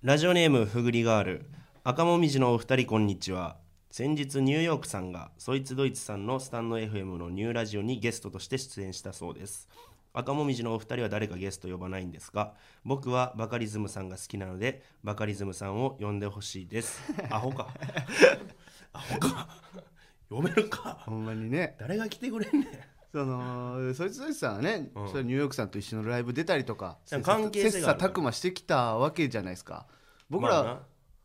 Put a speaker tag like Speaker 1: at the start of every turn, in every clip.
Speaker 1: ラジオネームふぐりガール赤もみじのお二人こんにちは先日ニューヨークさんがそいつドイツさんのスタンド FM のニューラジオにゲストとして出演したそうです赤もみじのお二人は誰かゲスト呼ばないんですが僕はバカリズムさんが好きなのでバカリズムさんを呼んでほしい ですアホかアホか呼べるか
Speaker 2: ほんまにね
Speaker 1: 誰が来てくれんねん
Speaker 2: そのそいつどいつさんはね、
Speaker 1: うん
Speaker 2: それニューヨークさんと一緒のライブ出たりとか
Speaker 1: でも関係性
Speaker 2: 切
Speaker 1: がある
Speaker 2: 磋
Speaker 1: から
Speaker 2: 琢磨してきたわけじゃないですか僕ら、
Speaker 1: まあな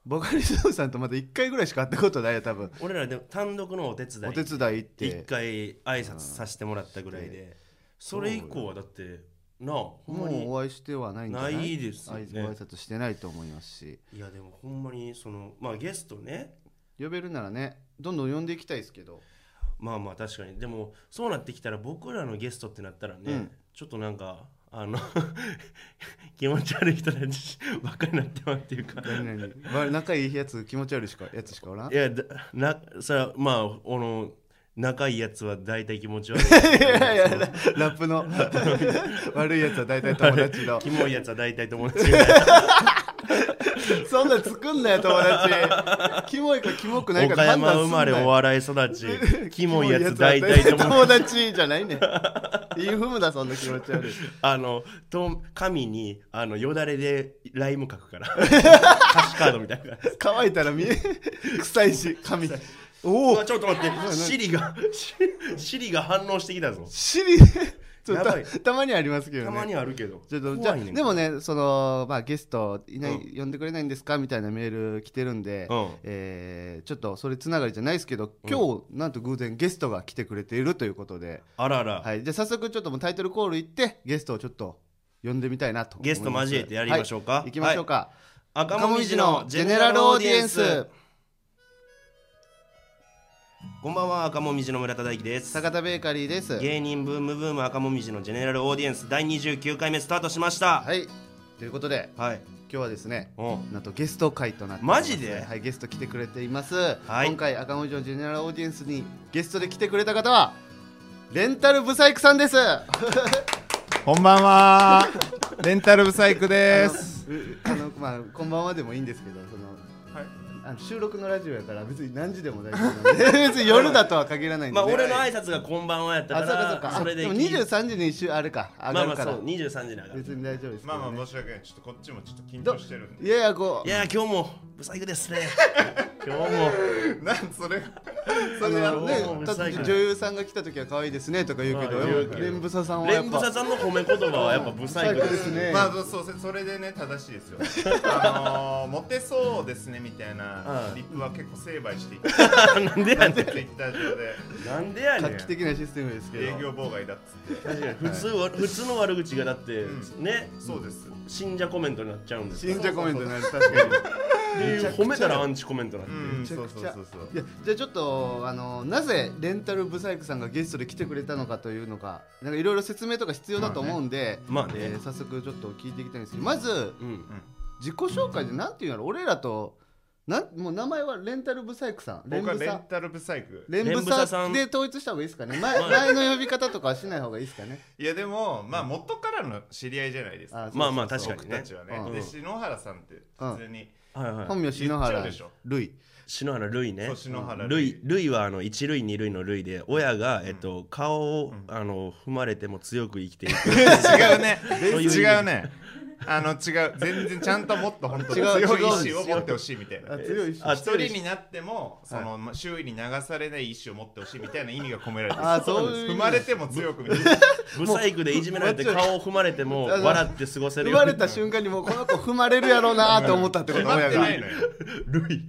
Speaker 2: ボカリズムさんとまだ1回ぐらいしか会ったことないよ多分
Speaker 1: 俺らでも単独のお手伝い
Speaker 2: お手伝い行っ
Speaker 1: 一
Speaker 2: て
Speaker 1: 回挨拶させてもらったぐらいでそれ以降はだってなあほん
Speaker 2: も
Speaker 1: ま
Speaker 2: う
Speaker 1: に
Speaker 2: お会いしてはないんじゃない
Speaker 1: ないですよね
Speaker 2: あいつご挨拶してないと思いますし
Speaker 1: いやでもほんまにそのまあゲストね
Speaker 2: 呼べるならねどんどん呼んでいきたいですけど
Speaker 1: まあまあ確かにでもそうなってきたら僕らのゲストってなったらね、
Speaker 2: うん
Speaker 1: ちょっとなんかあの 気持ち悪い人たちばっかりになってまうっていう か
Speaker 2: 何々わ仲いいやつ気持ち悪いしかやつしかおらん
Speaker 1: いやだなそれはまああの仲いいやつは大体気持ち悪い
Speaker 2: いやいやラップの 悪いやつは大体友達の
Speaker 1: キモいやつは大体友達みたいな
Speaker 2: そんなん作んなよ友 達キモいかキモくないか
Speaker 1: 岡
Speaker 2: 判
Speaker 1: 山
Speaker 2: 断す
Speaker 1: 生
Speaker 2: ん
Speaker 1: ま
Speaker 2: な
Speaker 1: れお
Speaker 2: よ
Speaker 1: 笑い育ち キモいやつ大体
Speaker 2: 友
Speaker 1: 友
Speaker 2: 達
Speaker 1: 達
Speaker 2: じゃないねん 言い踏むだそんな気持ち悪い
Speaker 1: あのと紙にあのよだれでライム書く から歌詞カードみたいな
Speaker 2: 乾いたら見え 臭いし髪
Speaker 1: う
Speaker 2: おお
Speaker 1: わちょっと待ってシリがシシリが反応してきたぞ
Speaker 2: 尻でち ょ
Speaker 1: や
Speaker 2: た
Speaker 1: ばい
Speaker 2: たまにありますけどね
Speaker 1: たまにあるけど
Speaker 2: ちょっとじゃあ
Speaker 1: 怖いねん
Speaker 2: でもねその、まあ、ゲストいない、
Speaker 1: う
Speaker 2: 呼んでくれないんですかみたいなメール来てるんで、
Speaker 1: うん
Speaker 2: えーちょっとそれつながりじゃないですけど今日、なんと偶然ゲストが来てくれているということで、
Speaker 1: あらあら、
Speaker 2: はい、じゃあ早速ちょっともうタイトルコール行ってゲストをちょっと呼んでみたいなと思
Speaker 1: ゲ
Speaker 2: います
Speaker 1: スト交えてやりましょうか
Speaker 2: はい、行きましょうか、
Speaker 1: 赤
Speaker 2: 赤
Speaker 1: も
Speaker 2: もみ
Speaker 1: みじ
Speaker 2: じ
Speaker 1: の
Speaker 2: の
Speaker 1: ジ
Speaker 2: ジ
Speaker 1: ェ
Speaker 2: ェ
Speaker 1: ネ
Speaker 2: ネ
Speaker 1: ラ
Speaker 2: ラ
Speaker 1: ル
Speaker 2: ル
Speaker 1: オ
Speaker 2: オ
Speaker 1: ー
Speaker 2: ー
Speaker 1: デ
Speaker 2: デ
Speaker 1: ィ
Speaker 2: ィ
Speaker 1: エ
Speaker 2: エ
Speaker 1: ン
Speaker 2: ン
Speaker 1: ス
Speaker 2: ス
Speaker 1: こんばんは赤もみじの村田大樹です
Speaker 2: 坂田ベーカリーです
Speaker 1: 芸人ブームブーム赤もみじのジェネラルオーディエンス第29回目スタートしましたはい、
Speaker 2: はいということで今日はですね
Speaker 1: うん
Speaker 2: なんとゲスト会となっており
Speaker 1: マ
Speaker 2: ます
Speaker 1: ジで
Speaker 2: はい、ゲスト来てくれています、
Speaker 1: はい
Speaker 2: 今回赤文字のジェネラルオーディエンスにゲストで来てくれた方はレンタルブサイクさんです
Speaker 3: こんばんは。レンタルブサイクです。
Speaker 2: あのうあのまあこんばんはでもいいんですけどその、
Speaker 1: はい
Speaker 2: あの収録のラジオやから別に何時でも大丈夫なんで別に夜だとは限らないん で
Speaker 1: まあ
Speaker 2: ね、
Speaker 1: 俺の挨拶がこんばんはやったか
Speaker 2: あそうかそう
Speaker 1: ら
Speaker 2: か
Speaker 1: それで
Speaker 2: あでも
Speaker 1: 聞い
Speaker 2: 23時に一周あれか上
Speaker 1: ま
Speaker 2: が
Speaker 1: あま
Speaker 2: る
Speaker 1: あ
Speaker 2: か
Speaker 1: そ
Speaker 2: ら、
Speaker 1: う23時に上がる
Speaker 2: 別に大丈夫ですけ
Speaker 3: ま
Speaker 2: ど
Speaker 3: あ
Speaker 2: ね、
Speaker 3: まあ申し訳ない。ちょっとこっちもちょっと緊張してるん
Speaker 2: い
Speaker 3: で。
Speaker 2: やいやこ
Speaker 1: いうや今日もブサイクですね今日も
Speaker 3: なんそれ。
Speaker 2: それは
Speaker 1: あの
Speaker 2: ね
Speaker 1: ー
Speaker 2: だって女優さんが来た時は可愛いですねとか言うけど、
Speaker 1: まあ言うけど
Speaker 2: レンブサさんは
Speaker 1: レ
Speaker 2: やっ
Speaker 1: ンブサ
Speaker 2: ぱ
Speaker 1: さんの褒め言葉はやっぱブサイクで
Speaker 2: ブサイ
Speaker 1: す
Speaker 2: クですね
Speaker 3: まあそうそれでね正しいです よ。あのー、モテそうですねみたいな
Speaker 1: うん
Speaker 3: リップは結構成敗していった。
Speaker 1: なんでやね
Speaker 3: ツイッター上で
Speaker 1: んなんでやね
Speaker 2: 画
Speaker 1: ん
Speaker 2: 期的なシステムですけど
Speaker 3: 営業妨害だっつって。
Speaker 1: 確かに普通は普通の悪口がだって
Speaker 3: ん
Speaker 1: ね
Speaker 3: そうです。
Speaker 1: 信者コメントになっちゃうんですよ
Speaker 2: 信者コメントになる確かに
Speaker 1: で褒めたらアンチコメントになっ
Speaker 3: う
Speaker 1: て
Speaker 3: ん。
Speaker 2: めちゃ
Speaker 3: そう
Speaker 2: く
Speaker 3: そう
Speaker 2: ちゃ
Speaker 3: そうそう。
Speaker 2: いやじゃあちょっとあのなぜレンタルブサイクさんがゲストで来てくれたのかというのがなんかいろいろ説明とか必要だと思うんで、
Speaker 1: まあねまあね
Speaker 2: えー早速ちょっと聞いていきたいんですけどまず
Speaker 1: うん
Speaker 2: 自己紹介でなんていうんやろ俺らとなんもう名前はレンタルブサイクさんレン
Speaker 3: 僕は
Speaker 2: ブ
Speaker 3: レン
Speaker 2: サ
Speaker 3: タルブサイク。
Speaker 2: レン
Speaker 1: レンブ
Speaker 2: ブ
Speaker 1: サさ
Speaker 2: サ
Speaker 1: ん
Speaker 2: で統一した方がいいです かね前前の呼び方とかはしない方がいいですかね
Speaker 3: いやでもまあ元からの知り合いじゃないですか。
Speaker 2: あ
Speaker 1: まあまあ
Speaker 2: そう
Speaker 1: 確
Speaker 2: そう
Speaker 1: か
Speaker 3: 僕
Speaker 1: にね
Speaker 3: たちはね
Speaker 2: う。ん
Speaker 3: で篠原さんって普通に。
Speaker 1: はいはい
Speaker 2: 本名篠
Speaker 3: 言っちゃう
Speaker 2: 原
Speaker 3: でしょ
Speaker 2: ルイ
Speaker 1: 篠原類ね
Speaker 3: そう篠原
Speaker 1: ル
Speaker 3: 類
Speaker 1: イ類はあの一類二類の類で親がえっと顔を
Speaker 3: うん
Speaker 1: あの踏まれても強く生きてい く
Speaker 3: 違うね
Speaker 1: そういう意味
Speaker 3: 違うねあの違う全然ちゃんともっと本当に
Speaker 2: 違う
Speaker 3: 強い
Speaker 2: 違う
Speaker 3: 意志
Speaker 2: ん
Speaker 3: を
Speaker 2: ですよ
Speaker 3: 持ってほしいみたいな
Speaker 2: あ強いし
Speaker 1: あ
Speaker 3: 一人になってもその、ま周囲に流されない意志を持ってほしいみたいな意味が込められてる
Speaker 2: あそういう意味
Speaker 3: 踏まれても強くみたいな
Speaker 1: ブサイクでいじめられて顔を踏まれても
Speaker 2: あの
Speaker 1: 笑って過ごせる
Speaker 2: 生
Speaker 1: よ
Speaker 2: ま
Speaker 1: うに
Speaker 2: れた瞬間にもうこの子踏まれるやろうなと思ったって こと
Speaker 3: 決ま
Speaker 2: 親
Speaker 3: って
Speaker 2: が
Speaker 3: ないのよ
Speaker 1: 類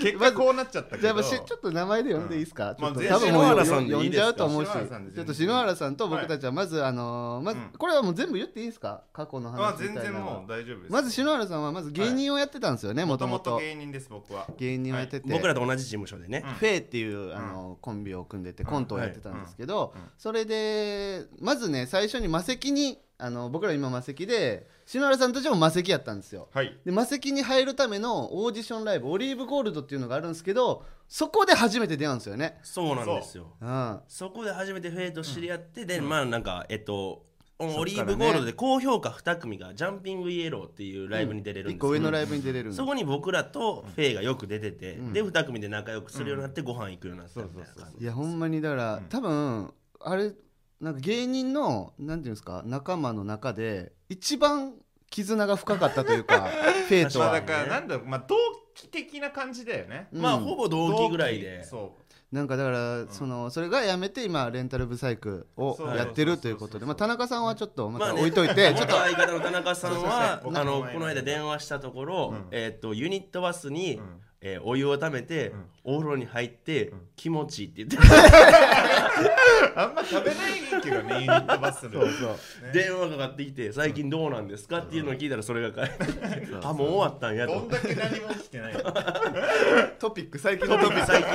Speaker 3: 結果こうなっちゃったけ
Speaker 2: じゃあ
Speaker 3: ど
Speaker 2: まあしちょっと名前で呼んでいいですか、
Speaker 3: うん
Speaker 2: ちょっと
Speaker 3: まあ
Speaker 2: 多分も
Speaker 1: 篠
Speaker 2: う
Speaker 1: 原さんでいいですか
Speaker 2: 呼んじゃうと思うし
Speaker 3: 篠原さんで全
Speaker 2: ちょ
Speaker 3: 然
Speaker 2: っと篠原さんと僕たちはまず、あのーまず
Speaker 3: うん
Speaker 2: これはもう全部言っていいですか過去の
Speaker 3: まあ
Speaker 2: 話み
Speaker 3: 全
Speaker 2: たいな
Speaker 3: 然
Speaker 2: のは
Speaker 3: もう大丈夫です
Speaker 2: まず篠原さんはまず芸人をやってたんですよねも
Speaker 3: も
Speaker 2: と
Speaker 3: と
Speaker 2: も
Speaker 3: もと
Speaker 2: と
Speaker 3: 芸人です僕は
Speaker 2: 芸人をやってて、
Speaker 1: 僕らと同じ事務所でね
Speaker 3: うん
Speaker 2: フェイっていうあのコンビを組んでてコントをやってたんですけど
Speaker 3: うんうん
Speaker 2: それでまずね最初に魔石にあの僕ら今魔石で篠原さんたちも魔石やったんですよ
Speaker 3: はい
Speaker 2: で魔石に入るためのオーディションライブオリーブゴールドっていうのがあるんですけどそこで初めて出会うんですよね
Speaker 1: そうなんですよ
Speaker 2: うん
Speaker 1: そこで初めてフェイと知り合って、でまあなんかえっと
Speaker 3: からね
Speaker 1: オリーブゴールドで高評価2組がジャンピングイエローっていうライブに出れるん
Speaker 2: 一
Speaker 1: です
Speaker 2: 個
Speaker 1: け
Speaker 2: 上
Speaker 1: ど、
Speaker 2: のライブに出れるんだ
Speaker 1: そこに僕らとフェイがよく出てて、
Speaker 2: うん
Speaker 1: で2組で仲良くするようになってご飯行くようになったみたいな感
Speaker 2: い
Speaker 1: じ
Speaker 2: やほんまにだから、
Speaker 3: うん
Speaker 2: 多分あれなんか芸人のなんていうんですか仲間の中で一番絆が深かったという かフェイト
Speaker 3: まあ
Speaker 2: は
Speaker 3: だからなんだろうまあ同期的な感じだよね。
Speaker 2: うん
Speaker 1: まあほぼ同期ぐらい
Speaker 3: 同
Speaker 1: で
Speaker 3: 期そ
Speaker 2: なんかだから、
Speaker 3: ん
Speaker 2: そのそれがやめて今レンタルブサイクを
Speaker 3: そう
Speaker 2: やってるということで、
Speaker 3: そうそうそうそう
Speaker 2: まあ、田中さんはちょっとま
Speaker 1: まあ
Speaker 2: た
Speaker 1: ね
Speaker 2: 置いといて、 ち
Speaker 1: 元
Speaker 2: ょっと
Speaker 1: 相方の田中さんは
Speaker 3: そうそうそう
Speaker 1: あの
Speaker 3: 僕も
Speaker 1: この間電話したところ、
Speaker 3: うん
Speaker 1: えーっとユニットバスに、
Speaker 3: う。うん
Speaker 1: えーお湯をためて、
Speaker 3: うん
Speaker 1: お風呂に入って、
Speaker 3: ん
Speaker 1: 気持ちいいって言って、
Speaker 3: あんま食べないけどねユニットバスの。
Speaker 1: 電話かかってきて最近どうなんですかっていうのを聞いたらそれが返ってきて、あもう終わったんや
Speaker 3: どん
Speaker 1: と。
Speaker 3: だけ何も起きてないの。
Speaker 2: トピック最近のトピック最近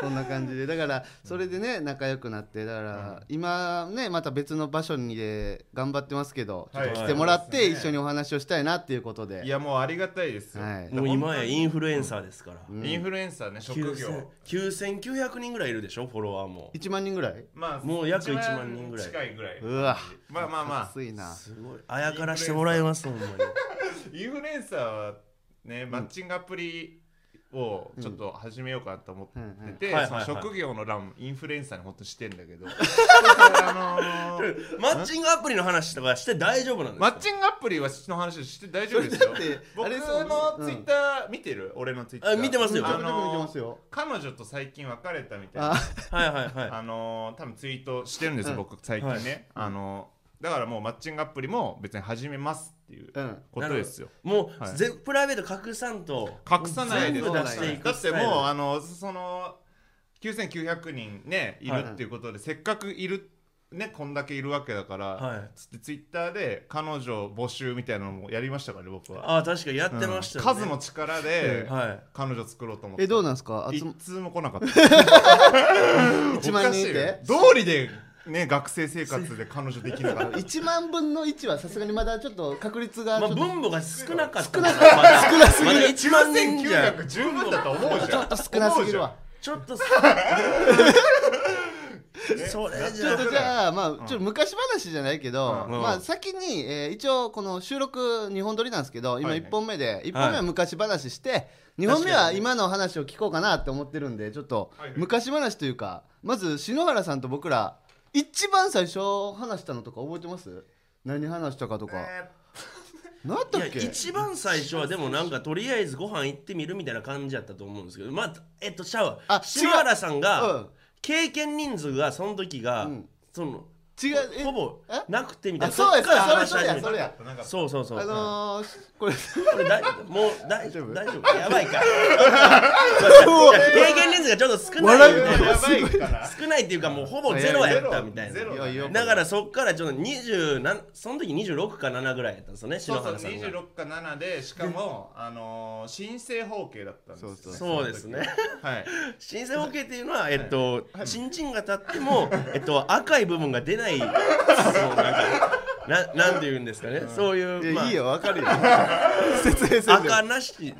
Speaker 2: そんな感じでだからそれでね仲良くなってだから今ねまた別の場所にで頑張ってますけどちょっと来てもらっ
Speaker 3: は
Speaker 2: て
Speaker 3: い
Speaker 2: 一緒にお話をしたいなっていうことで
Speaker 3: いやもうありがたいですよ。
Speaker 2: はい
Speaker 1: もう今やイン
Speaker 3: ン
Speaker 1: フルエンサーですから、
Speaker 2: ん
Speaker 3: インフルエンサーね職
Speaker 1: 9000
Speaker 3: 業。
Speaker 1: 9900人ぐらいいるでしょフォロワーも
Speaker 2: 1万人ぐらい。
Speaker 3: まあ
Speaker 1: もう約1万人ぐらい
Speaker 3: 近いぐらいう
Speaker 2: わ
Speaker 3: まあまあまあ
Speaker 2: 熱いな
Speaker 1: すごいあやからしてもらいますほんまに
Speaker 3: インフルエンサーはねマッチングアプリをちょっと始めようかなと思ってて、
Speaker 1: うんうんうん
Speaker 3: その
Speaker 1: はいはいはい
Speaker 3: 職業の欄インフルエンサーにほんとしてんだ けどだからあのー
Speaker 1: マッチングアプリの話とかして大丈夫なんですか
Speaker 3: マッチングアプリは私の話して大丈夫です
Speaker 2: それだ
Speaker 3: よ
Speaker 2: ってあ
Speaker 3: 僕
Speaker 2: れ
Speaker 3: の
Speaker 2: そう
Speaker 3: ツイッター見てる、俺のツイッター
Speaker 1: あ見てますよ
Speaker 3: あ
Speaker 2: めちゃくちゃ見て
Speaker 3: の
Speaker 2: ますよ
Speaker 3: 彼女と最近別れたみたいな
Speaker 2: あ
Speaker 1: はいはいはい
Speaker 3: あのー多分ツイートしてるんですよ、
Speaker 2: うん
Speaker 3: 僕最近ね、あのーだからもうマッチングアプリも別に始めますっていう
Speaker 2: うん
Speaker 3: ことですよ
Speaker 1: もう、
Speaker 3: はい
Speaker 1: ぜプライベート隠さんと
Speaker 3: 隠さないで
Speaker 1: 全部出していく
Speaker 3: だっ
Speaker 1: ス
Speaker 3: て
Speaker 1: タイ
Speaker 3: も
Speaker 1: ル
Speaker 3: うあのその9900人ねいるっていうことで、せっかくいるねこんだけいるわけだから、
Speaker 1: はい
Speaker 3: つってツイッターで彼女募集みたいなのもやりましたからね僕は、
Speaker 1: ああ確かにやってましたよ、ね
Speaker 3: 数の力で
Speaker 1: はい
Speaker 3: 彼女作ろうと思って
Speaker 2: えどうなんですか集
Speaker 3: 一
Speaker 2: ま
Speaker 3: 通も来なかった
Speaker 2: 1万人いて
Speaker 3: おかしよ道理でね学生生活で彼女できなかった
Speaker 2: 1万分の1はさすがにまだちょっと確率がち
Speaker 1: ま
Speaker 2: ょ
Speaker 1: あ
Speaker 2: っと
Speaker 1: 分母が少なかった少なかった少なすぎるまだ1万人じゃ
Speaker 3: 9900十分だと思うじゃん
Speaker 2: ちょっと少なすぎるわ
Speaker 1: ちょっ とそれじ
Speaker 2: ちょ
Speaker 1: ゃ
Speaker 2: っとじゃあ、まあ、ちょっと昔話じゃないけど、
Speaker 1: うん
Speaker 2: まあ、先に、えー一応、この収録2本撮りなんですけど、今
Speaker 3: はい
Speaker 2: 1本目で、1本目は昔話して、2本目は今の話を聞こうかなって思ってるんで、ちょっと
Speaker 3: はいはい
Speaker 2: 昔話というか、まず篠原さんと僕ら、一番最初話したのとか覚えてます何話したかとか。
Speaker 3: ね
Speaker 2: 何だったっ
Speaker 1: いや
Speaker 2: け
Speaker 1: 一番最初はでもなんかとりあえずご飯行ってみるみたいな感じやったと思うんですけどまあえっとシャワ
Speaker 2: あ
Speaker 1: ー篠原さん
Speaker 2: う
Speaker 1: が
Speaker 2: ん
Speaker 1: 経験人数がその時が、
Speaker 2: うん
Speaker 1: その
Speaker 2: 違う、え
Speaker 1: ほぼ
Speaker 2: え
Speaker 1: なくてみたい
Speaker 2: あ、
Speaker 1: な
Speaker 2: そうや、
Speaker 1: っから
Speaker 2: それ、
Speaker 1: 話し
Speaker 2: そ
Speaker 1: 始
Speaker 2: れ
Speaker 1: め
Speaker 2: や、
Speaker 1: た
Speaker 2: それや。
Speaker 3: なんか
Speaker 1: そうそうそう、
Speaker 2: あのー、これ、
Speaker 1: これだもう大
Speaker 2: 丈夫
Speaker 1: 大丈夫やばいか
Speaker 2: うわ
Speaker 1: 経験年数がちょっと少ない
Speaker 2: 笑
Speaker 1: よ
Speaker 2: う
Speaker 1: ね
Speaker 3: やばいから
Speaker 1: 少ないっていうかもうほぼゼロやったみたい
Speaker 3: ゼロ
Speaker 1: な
Speaker 3: だね
Speaker 2: いやいや
Speaker 1: だからそっからちょっと20なんその時26か7ぐらいやったんですよね
Speaker 3: そ
Speaker 1: 篠
Speaker 3: うそう
Speaker 1: 原さんが
Speaker 3: 26か7でしかも、あのー、申請方形だったんですよね
Speaker 2: そう
Speaker 1: そうですね
Speaker 3: はい
Speaker 1: 新生保険っていうのは、えっと、チンチンが立っても、 えっと、赤い部分が出ない。そう、なんか、な、なんて言うんですかね、そういう、
Speaker 2: いやいいよ、わかるよ。説明する
Speaker 1: 赤なし。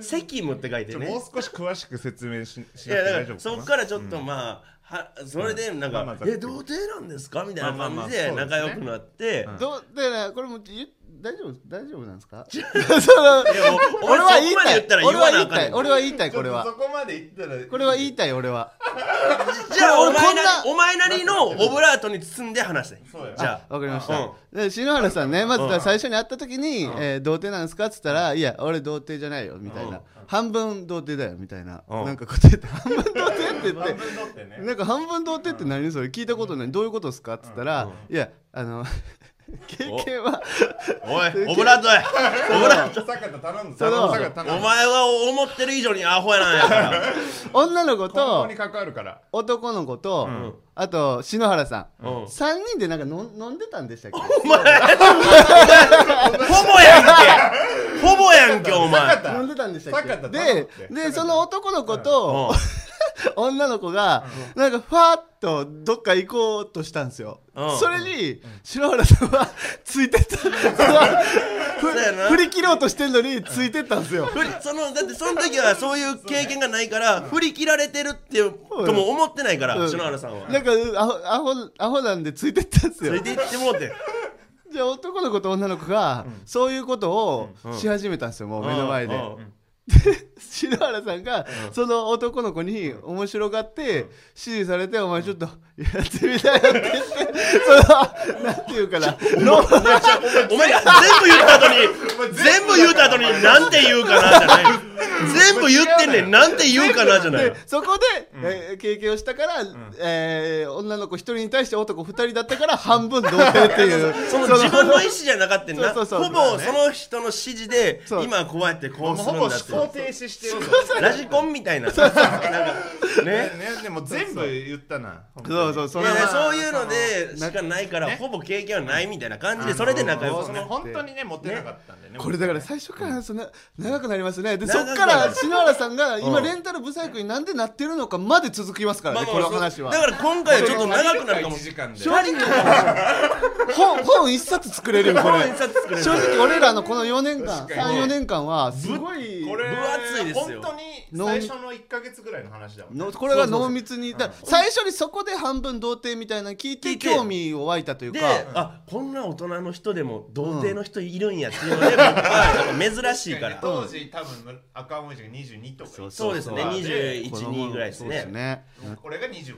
Speaker 1: 責務って書いて
Speaker 3: ちょも
Speaker 1: ね
Speaker 3: う。少し詳しく説明しし
Speaker 1: い
Speaker 3: なく
Speaker 1: や、
Speaker 3: て
Speaker 1: だか
Speaker 3: 大丈夫
Speaker 1: ら、そ
Speaker 3: な
Speaker 1: っからちょっと、まあ。はそれでなん
Speaker 3: まあまあ
Speaker 1: か「
Speaker 3: ざっくり
Speaker 1: え童貞なんですか?」みたいな
Speaker 3: まあまあ
Speaker 1: 感
Speaker 3: まあ
Speaker 1: じで
Speaker 3: そうです
Speaker 1: 仲
Speaker 3: ね
Speaker 1: 良くなって
Speaker 3: うん
Speaker 2: どうだからこれも言大丈夫大丈夫なんですか その
Speaker 1: もう
Speaker 2: 俺は言いたい
Speaker 1: そこまで言ったら
Speaker 2: 俺
Speaker 1: 言
Speaker 2: は
Speaker 1: わ
Speaker 2: 言
Speaker 1: ないあかん
Speaker 2: たい
Speaker 1: よ
Speaker 2: 俺は言いたいこれ
Speaker 3: ちょ
Speaker 2: は
Speaker 3: っとそこまでいったら
Speaker 2: これは言
Speaker 3: い
Speaker 2: いたい俺は
Speaker 1: じゃあ
Speaker 2: 俺
Speaker 1: お前な
Speaker 2: こん
Speaker 1: お前なりのオブラートに包んで話せ
Speaker 3: そうや
Speaker 1: じゃあ
Speaker 2: わかりました、
Speaker 1: うん
Speaker 2: で篠原さんねまず
Speaker 1: うん
Speaker 2: 最初に会った時に「えー童貞なんですか?」っつったら「いや俺童貞じゃないよ」みたいな、
Speaker 1: うん
Speaker 2: 半分童貞だよ」みたいな、
Speaker 1: うん
Speaker 2: なんかこうやって半分童貞って言 っ
Speaker 3: 半
Speaker 2: て
Speaker 3: 分取ってね
Speaker 2: なんか半分童貞って何それ聞いたことないどういうことですかっつったら、いやあの 経験は
Speaker 1: おいオブラートやオブラート
Speaker 3: 坂田頼む
Speaker 2: その
Speaker 3: 坂田
Speaker 1: お
Speaker 3: 頼む
Speaker 1: 前は思ってる以上にアホやなんやから
Speaker 2: 女の子
Speaker 3: 根本
Speaker 2: と
Speaker 3: に関わるから
Speaker 2: 男の子と、
Speaker 1: ん
Speaker 2: あと篠原さ ん、
Speaker 1: うん
Speaker 2: 三3人でなんか飲ん飲んでたんでしたっけ
Speaker 1: お前、ほぼやんけ。ほぼやんけ、お前。
Speaker 2: 飲んでたったんでしたっけ
Speaker 3: 坂田
Speaker 2: で
Speaker 3: 太郎って
Speaker 2: でその男の子
Speaker 1: う
Speaker 2: と、
Speaker 1: ん
Speaker 2: 女の子が、なんかファーッとどっか行こうとしたんですよ、
Speaker 1: うん
Speaker 2: それに、篠原さんは つい てったその
Speaker 1: うやな
Speaker 2: ふ振り切ろうとしてんのについてったんですよ
Speaker 1: 振りそのだってその時はそういう経験がないから振り切られてるっていうとも思ってないから、
Speaker 2: うん
Speaker 1: 篠原さんは。
Speaker 2: なんかアホアホアホなんでついてったんです
Speaker 1: そ
Speaker 2: よ
Speaker 1: れで言ってもうて。
Speaker 2: じゃあ男の子と女の子が、そういうことをし始めたんですよ、もう目の前で、
Speaker 1: うんうん
Speaker 2: 篠原さんが、その男の子に面白がって、指示されて「お前ちょっとやってみたいよ」って言ってそ のなんていうかなロー
Speaker 1: お前が全部言った後に全部言った後になんて言うかなじゃない。全部言ってんねんなんて言うかなじゃない
Speaker 2: で。そこで、えー経験をしたから、えー女の子1人に対して男2人だったから半分同棲っていう
Speaker 1: その自分の意思じゃなかったんな。
Speaker 2: そうそうそう
Speaker 1: ほぼその人の指示で
Speaker 2: そう
Speaker 1: 今こうやってこうす
Speaker 3: ほ
Speaker 1: るん
Speaker 3: ぼ
Speaker 1: だ
Speaker 3: 思
Speaker 1: って。
Speaker 3: 考停止してるね
Speaker 1: ラジコンみたいな。なんかね。
Speaker 3: ねでも全部言ったな
Speaker 2: そうそうそ
Speaker 1: い
Speaker 2: れ
Speaker 1: やいや
Speaker 2: は
Speaker 1: そういうのでしかないから、
Speaker 3: ね
Speaker 1: ほぼ経験はないみたいな感じでそれで仲良
Speaker 3: もう
Speaker 1: く
Speaker 3: そ
Speaker 1: ね
Speaker 3: の本当にねモテなかったんでね
Speaker 2: これだから最初からそんな長くなりますねでそ
Speaker 1: 長く
Speaker 2: っ
Speaker 1: な
Speaker 2: か
Speaker 1: る
Speaker 2: ら篠原さんが今
Speaker 1: うん
Speaker 2: レンタルブサイクになんでなってるのかまで続きますからねこの話は
Speaker 1: だから今回はちょっと長くなるかも
Speaker 3: 1時間で
Speaker 2: 正直本本一冊作れるよこれ
Speaker 1: 本一冊作れる
Speaker 2: 正直俺らのこの4年間
Speaker 3: 確かにね
Speaker 2: 34年間はすごい
Speaker 3: これ
Speaker 1: 分厚いですよ
Speaker 3: 本当に最初の1か月ぐらいの話だもんね
Speaker 2: のこれが濃密にだから最初にそこで半分童貞みたいなの聞い
Speaker 1: 聞
Speaker 2: て
Speaker 1: いて
Speaker 2: 興味を湧いたというか
Speaker 1: で、あこんな大人の人でも童貞の人いるんやっていうので、僕はやっぱ珍しいから
Speaker 3: 確にね当時多分赤文字が22とか
Speaker 2: そう
Speaker 1: そうですね
Speaker 3: そう
Speaker 1: 21、
Speaker 2: 子供
Speaker 1: 2ぐらいです
Speaker 2: そうで
Speaker 1: ね
Speaker 2: すね
Speaker 3: これが256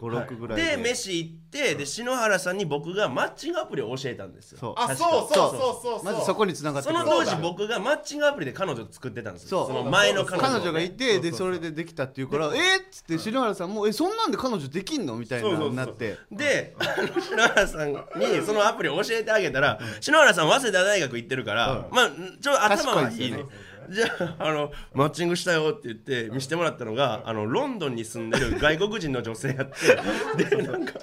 Speaker 2: 56ぐらい
Speaker 1: で飯行ってで篠原さんに僕がマッチングアプリを教えたんですよ
Speaker 2: そう
Speaker 3: あそうそうそうそう
Speaker 2: まずそこに繋がって
Speaker 1: そ
Speaker 2: くる
Speaker 1: の当時僕がマッチングアプリで彼女作ってたんです
Speaker 2: そ
Speaker 1: よ
Speaker 2: う
Speaker 1: その前の彼女
Speaker 2: 彼
Speaker 1: を
Speaker 2: 女がいてでそれでできたっていうからえっつって篠原さんも「えそんなんで彼女できんの?」みたいなになって
Speaker 1: で、あの篠原さんにそのアプリを教えてあげたら、篠原さん早稲田大学行ってるから、まあちょっと頭はいい
Speaker 2: 賢いですよ
Speaker 1: ね
Speaker 2: ね
Speaker 1: じゃああのマッチングしたよって言って見せてもらったのがあのロンドンに住んでる外国人の女性や ってでなんか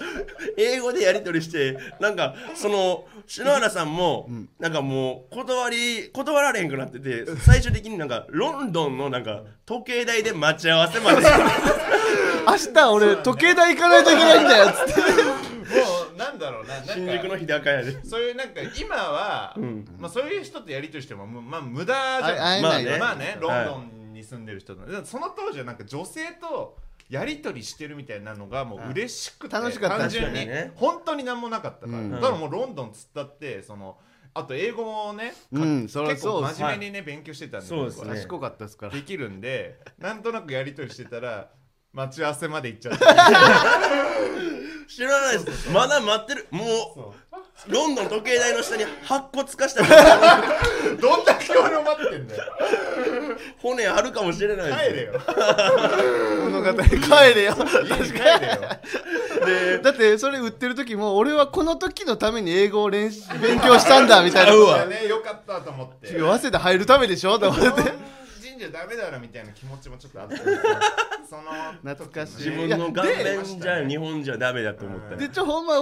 Speaker 1: 英語でやり取りしてなんかその篠原さんもなんかもう断り断られへんくなってて最終的になんかロンドンのなんか時計台で待ち合わせ まで
Speaker 2: 「明日俺時計台行かないといけないんだよ」っつって
Speaker 3: もうなんだろうななんか
Speaker 1: 新宿の日高屋で。
Speaker 3: そういうなんか今は、まあ、そういう人とやり取りしてもむまあ無駄じゃ
Speaker 2: あ会え
Speaker 3: ん
Speaker 1: まあ
Speaker 2: ない
Speaker 1: ね
Speaker 2: よ
Speaker 3: まあねロ
Speaker 1: はい
Speaker 3: ンドンに住んでる人と、でその当時はなんか女性とやり取りしてるみたいなのがもう嬉しくて
Speaker 2: 楽しかった
Speaker 3: 単純
Speaker 1: 確か
Speaker 3: に
Speaker 1: にね
Speaker 3: 本当に何もなかったから、
Speaker 2: うん
Speaker 3: だからもうロンドンつったってそのあと英語もね、
Speaker 2: うんそりゃ
Speaker 3: 結
Speaker 2: そ
Speaker 3: 構
Speaker 2: うです
Speaker 3: 真面目にね、勉強してたんで
Speaker 1: そうです
Speaker 3: 僕は
Speaker 1: ね
Speaker 2: 賢かったですから
Speaker 3: できるんでなんとなくやり取りしてたら待ち合わせまで行っちゃって
Speaker 1: 知らないですまだ待ってるもうロンドン時計台の下に白骨化した
Speaker 3: どんだけ俺を待ってんだよ
Speaker 1: 骨あるかもしれないで
Speaker 3: 帰れよ
Speaker 2: 物語帰れよ
Speaker 3: 家に帰れよ
Speaker 2: だってそれ売ってる時も俺はこの時のために英語を練習勉強したんだみたい な
Speaker 1: う
Speaker 3: い
Speaker 1: わ
Speaker 3: やねよかったと思って
Speaker 2: 違う早稲田入るためでしょと思って
Speaker 3: 神社ダメだろみたいな気持ちもちょっとあったその
Speaker 2: 懐かしい
Speaker 1: す自分の顔面じゃ日本じゃダメだと思った
Speaker 2: でちょほんま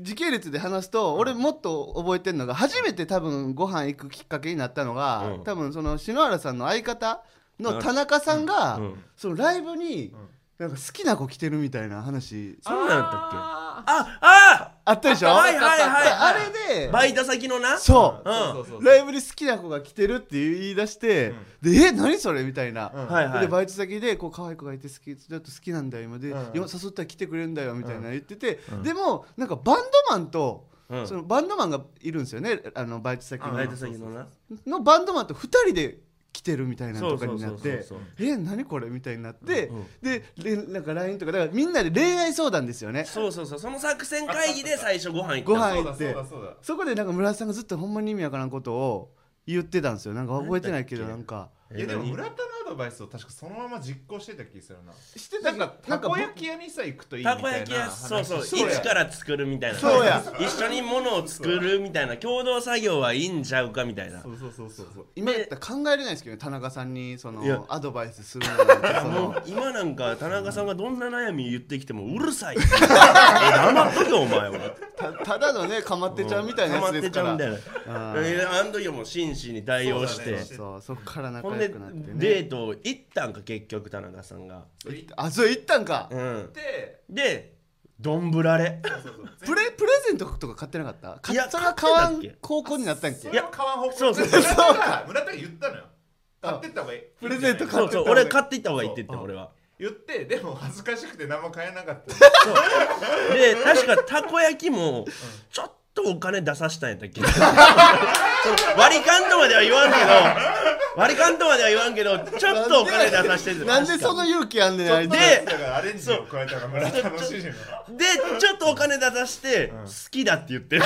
Speaker 2: 時系列で話すと俺もっと覚えてるのが初めて多分ご飯行くきっかけになったのが、
Speaker 1: うん
Speaker 2: 多分その篠原さんの相方の田中さんが、
Speaker 1: うんうん
Speaker 2: そのライブに、なんか好きな子来てるみたいな話
Speaker 1: そんなんやったっけ
Speaker 3: あ
Speaker 1: ああ
Speaker 2: あったでしょ
Speaker 1: はいはいはいはい
Speaker 2: あれで
Speaker 1: バイト先のな
Speaker 2: そう
Speaker 3: ーそうそうそう
Speaker 2: ライブに好きな子が来てるって言い出して、でえ何それみたいな、
Speaker 3: うん
Speaker 1: はいはい
Speaker 2: でバイト先でこう可愛い子がいて好きちょっと好きなんだよ今で、
Speaker 3: うん
Speaker 2: よ誘ったら来てくれるんだよみたいな言ってて、でもなんかバンドマンと、
Speaker 1: うん
Speaker 2: そのバンドマンがいるんですよねあのバイト先
Speaker 1: バイト
Speaker 2: の
Speaker 1: 先のな
Speaker 2: のバンドマンと2人で来てるみたいなのとかになっ
Speaker 1: そうそう
Speaker 2: て
Speaker 1: そうそう
Speaker 2: え何これみたいになって、
Speaker 1: うん
Speaker 2: でれなんか LINE とかだからみんなで恋愛相談ですよね
Speaker 1: そうそうそうその作戦会議で最初ご飯行った
Speaker 2: ご飯
Speaker 3: そ
Speaker 2: 入
Speaker 3: うだ
Speaker 2: っ
Speaker 3: そう
Speaker 2: て
Speaker 3: だそうだ
Speaker 2: そこでなんか村田さんがずっとほんまに意味わからんことを言っ言ってたんですよなんか覚えてないけどなんか
Speaker 3: いやでも
Speaker 1: 何
Speaker 3: 村田のアドバイスを確かそのまま実行してた気するな
Speaker 2: して
Speaker 3: なんかたこ
Speaker 2: 僕
Speaker 3: 焼き屋にさ行くといいみた
Speaker 1: た
Speaker 3: い
Speaker 1: こ
Speaker 3: な
Speaker 1: 焼き屋そうそう
Speaker 3: 話
Speaker 1: 一から作るみたいな
Speaker 2: そうや
Speaker 1: 一緒にものを作るみたいな共同作業はいいんちゃうかみたいな
Speaker 3: そうそうそうそうそう
Speaker 2: 今やったら考えれないですけどね田中さんにそ
Speaker 1: いや
Speaker 2: のアドバイスする なんてそ
Speaker 1: も
Speaker 2: の
Speaker 1: う今なんか田中さんがどんな悩み言ってきてもうるさい黙っとけお前は
Speaker 2: たただのねかまってちゃうみたいなやつですか
Speaker 1: 黙
Speaker 2: ら
Speaker 1: ってちゃうみ
Speaker 2: あ
Speaker 1: たい
Speaker 2: ー
Speaker 1: なあん時はもう真摯に対応し
Speaker 3: そう
Speaker 1: て
Speaker 3: だね
Speaker 2: そうそっから仲
Speaker 1: ほん
Speaker 2: 良
Speaker 1: で
Speaker 2: くなって
Speaker 1: デー
Speaker 2: ね
Speaker 1: ト行ったんか結局田中さんが
Speaker 3: それ行っ
Speaker 2: あそれ行ったんか
Speaker 1: うん
Speaker 3: て
Speaker 1: でどんぶられ
Speaker 3: そうそう
Speaker 2: プレプレゼントとか買ってなかったか
Speaker 1: いや
Speaker 2: それは買わ
Speaker 1: 買っ
Speaker 2: ん
Speaker 1: てたっけ
Speaker 2: 高校になったん
Speaker 3: そ
Speaker 2: け
Speaker 3: れは買わん方向
Speaker 1: そうそうそう
Speaker 3: そうか村田が言ったのよ買ってった方がいい
Speaker 2: プレゼント買
Speaker 1: そ
Speaker 2: っ
Speaker 1: う
Speaker 2: て
Speaker 1: そう俺買っていった方がいいって言ってん俺は
Speaker 3: 言ってでも恥ずかしくて何も買えなかった
Speaker 1: で確かたこ焼きもちょっとお金出さしたんや ったっけそう割り勘とまでは言わんけど割り勘とまでは言わんけどちょっとお金出さしてんですよ
Speaker 2: なんでその勇気あんねんあれ
Speaker 1: で
Speaker 3: だからアレンジを加えたら村田の主人が
Speaker 1: でちょっとお金出さして、
Speaker 3: ん
Speaker 1: 好きだって言ってる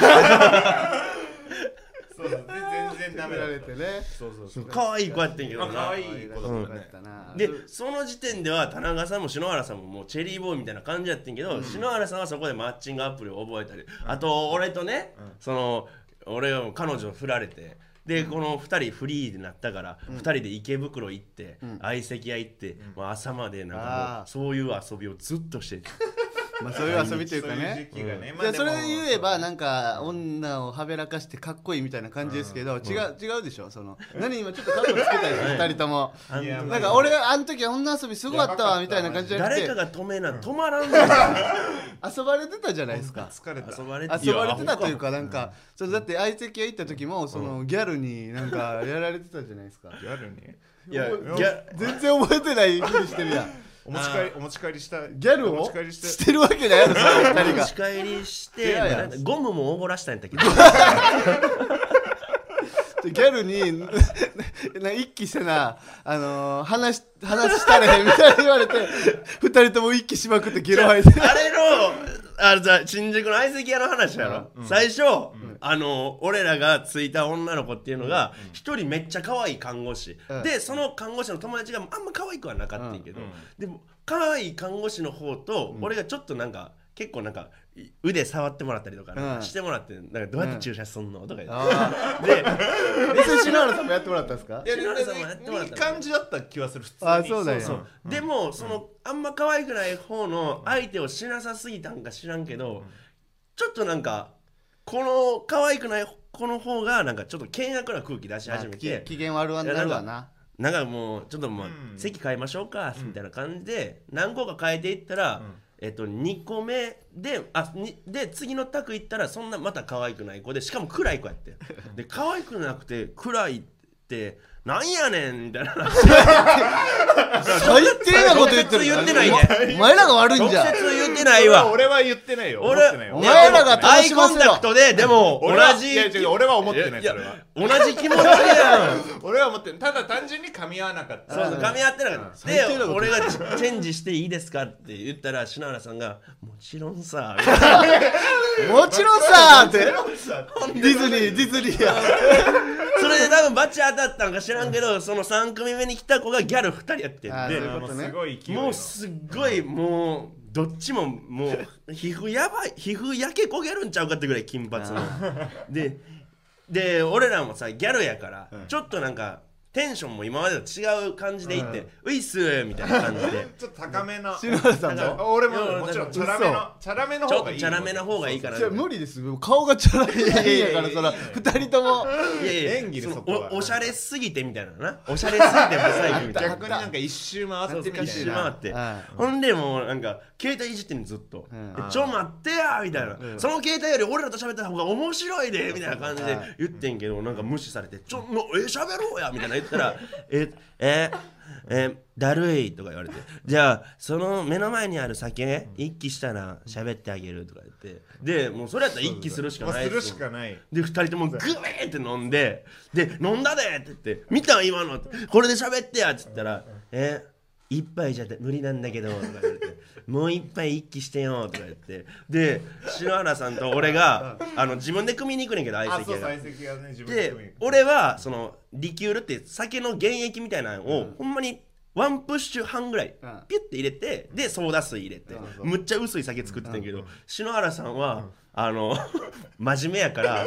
Speaker 3: そうそうで全然ダメだ
Speaker 2: ら
Speaker 3: っ
Speaker 2: れ
Speaker 3: た
Speaker 2: てね
Speaker 3: そうそうそう
Speaker 1: 可愛い子やってんけど
Speaker 3: あ可
Speaker 1: な
Speaker 3: 愛い子だっ
Speaker 2: 可
Speaker 3: た
Speaker 2: 愛ら
Speaker 3: ね
Speaker 2: しかったな
Speaker 1: でその時点では田中さんも篠原さんももうチェリーボーイみたいな感じやってんけど、篠原さんはそこでマッチングアプリを覚えたり、あと俺とね、その俺を彼女を振られてでこの2人フリーになったから、2人で池袋行って、相席屋行って、もう朝までなんかも
Speaker 2: あ
Speaker 1: う
Speaker 2: ー
Speaker 1: そういう遊びをずっとしてて
Speaker 2: まあそういう遊びというか
Speaker 3: そういう
Speaker 2: ね
Speaker 3: 時期がね
Speaker 2: じゃあそれ言えば
Speaker 3: ん
Speaker 2: なんか女をはべらかしてかっこいいみたいな感じですけど違う違うでしょその何今ちょっとカッコつけたでしょ
Speaker 1: はい
Speaker 2: 2人とも
Speaker 1: あの
Speaker 3: いやま
Speaker 2: なんか俺あの時は女遊びすごかったわみたいな感じじゃなく
Speaker 1: 誰か
Speaker 2: て
Speaker 1: が止めな止まら んのよ
Speaker 2: 遊ばれてたじゃないですか
Speaker 3: 疲れた
Speaker 1: 遊ばれて
Speaker 2: 遊ばれてたという
Speaker 1: か
Speaker 2: かなんかそのだって相席屋行った時もそのギャルになんかやられてたじゃないですか
Speaker 3: やるね
Speaker 1: いやい
Speaker 3: いや
Speaker 1: や
Speaker 2: 全然覚えてないふりしてるや ん
Speaker 3: お持ち帰りお持ち帰りした
Speaker 2: ギャル
Speaker 3: お
Speaker 2: を
Speaker 3: 持ち帰りして
Speaker 2: してるわけないやろその2人
Speaker 1: 持
Speaker 2: が
Speaker 1: ち帰りして
Speaker 2: いやいや
Speaker 1: なんかゴムもおごらしたんやっ たけど
Speaker 2: ギャルに な一気せな、あのー話し話したれへんみたいに言われて二人とも一気しまくってゲロ吐いて
Speaker 1: あれの、あのさ、新宿の相席屋の話やろ。最初、あの、俺らがついた女の子っていうのが、一、人めっちゃ可愛い看護師、
Speaker 2: うん
Speaker 1: で、その看護師の友達があんま可愛くはなかったんやけど、
Speaker 3: うんうん
Speaker 1: でも、可愛い看護師の方と、俺がちょっとなんか、結構なんか、い腕触ってもらったりとか、
Speaker 2: うん
Speaker 1: してもらって、なんかどうやって注射すんの、とか言って。
Speaker 2: あ
Speaker 1: で、
Speaker 2: あ別に篠原さんもやってもらったんですか
Speaker 3: いや
Speaker 1: 篠原さんもやってもらった
Speaker 3: いい感じだった気はする普通に
Speaker 2: あそうだよ
Speaker 1: そうでもそのあんま可愛くない方の相手をしなさすぎたんか知らんけどちょっとなんかこの可愛くない子の方がなんかちょっと険悪な空気出し始め
Speaker 2: き
Speaker 1: て
Speaker 2: 機嫌悪わになるわな
Speaker 1: なんかもうちょっともう
Speaker 3: うん
Speaker 1: 席変えましょうかみたいな感じで何個か変えていったら
Speaker 3: ん
Speaker 1: えっと2個目であにで次の宅行ったらそんなまた可愛くない子でしかも暗い子や ってで可愛くなくて暗いってなんやねんみ たいな
Speaker 2: 最低なこと言って
Speaker 1: 直接
Speaker 2: る
Speaker 1: 言ってない
Speaker 2: お前お前らが悪いんじゃん
Speaker 1: 直接言ってないわ
Speaker 3: 俺は言ってないよ
Speaker 1: 俺
Speaker 3: 思ってないよ
Speaker 2: お前らが
Speaker 1: いやア
Speaker 2: 楽
Speaker 1: イ
Speaker 2: し
Speaker 1: コ
Speaker 2: ま
Speaker 1: ン
Speaker 2: せろ
Speaker 1: タクトででも同
Speaker 3: 俺は
Speaker 1: じ
Speaker 3: いや違う俺は思ってない
Speaker 1: いや
Speaker 3: それは
Speaker 1: 同じ気持ちやん
Speaker 3: 俺は思ってないただ単純に噛み合わなかっ
Speaker 1: そうそう
Speaker 3: た
Speaker 1: 噛み合ってなかった
Speaker 2: 最低
Speaker 1: で
Speaker 2: なこと
Speaker 1: 俺がチチェンジしていいですかって言ったら篠原さんが「もちろんさ」みた いな
Speaker 2: もちろんさーってデ
Speaker 3: さ
Speaker 2: ィズニ ーディズニーや
Speaker 1: それで多分バチ当たったんか知らんけどその3組目に来た子がギャル2人やって
Speaker 2: あーそうい
Speaker 1: ん
Speaker 2: うことね
Speaker 3: すごい
Speaker 1: で
Speaker 3: 勢いの
Speaker 1: もうすっごいもうどっちももう皮膚やばい皮膚焼け焦げるんちゃうかってぐらい金髪のでで俺らもさギャルやから、ちょっとなんかテンションも今までと違う感じでいって「ウイスー!」みたいな感じで
Speaker 3: ちょっと高めな
Speaker 2: 篠原さん
Speaker 1: だか
Speaker 2: も
Speaker 3: 俺ももちろんチ
Speaker 2: 嘘
Speaker 3: ャラめのチャラめの
Speaker 1: ちょ
Speaker 3: 方
Speaker 1: っ
Speaker 3: が
Speaker 1: と
Speaker 3: いい
Speaker 1: チャラめな方がいいから
Speaker 2: じゃあ無理ですよ顔がチャラいやいやからそら二人とも
Speaker 1: いやいや
Speaker 3: 演技で
Speaker 1: そ
Speaker 3: そ
Speaker 1: の
Speaker 3: こは
Speaker 1: おおしゃれすぎてみたいなのなおしゃれすぎてブサイクみたいな
Speaker 3: 逆になんか一周回
Speaker 1: そう
Speaker 3: ってみたい
Speaker 1: 一
Speaker 3: な
Speaker 1: 周回って、
Speaker 2: う
Speaker 1: ほんでもうなんか携帯いじってんのずっと「
Speaker 2: うん
Speaker 1: でちょ待ってや!」みたいな、その携帯より俺らと喋った方が面白いでみたいな感じで言ってんけどなんか無視されて「ちょもうえ喋ろうや!」みたいな言ったら「えええだるい」とか言われて「じゃあその目の前にある酒一気したら喋ってあげる」とか言ってでもうそれやったら一気するしか
Speaker 3: まあ
Speaker 1: ないっ
Speaker 3: す
Speaker 1: す
Speaker 3: る
Speaker 1: よ
Speaker 3: しかない
Speaker 1: で2人ともグーって飲んで「で飲んだで!」って言って「見た今のこれで喋ってや!」っつったら「え一杯じゃ無理なんだけど」とか言って 「もう一杯一気してよ」とか言ってで篠原さんと俺があの自分で組みに行くねんけど相
Speaker 3: あ
Speaker 1: 席
Speaker 3: そう
Speaker 1: 屋が
Speaker 3: 採。石がね自分で
Speaker 1: で俺はそのリキュールって酒の原液みたいなのを、ほんまにワンプッシュ半ぐらい
Speaker 2: うん
Speaker 1: ピュッて入れてでソーダ水入れて
Speaker 2: そうそう
Speaker 1: むっちゃ薄い酒作ってたんやけど篠原さんはあの 真面目やから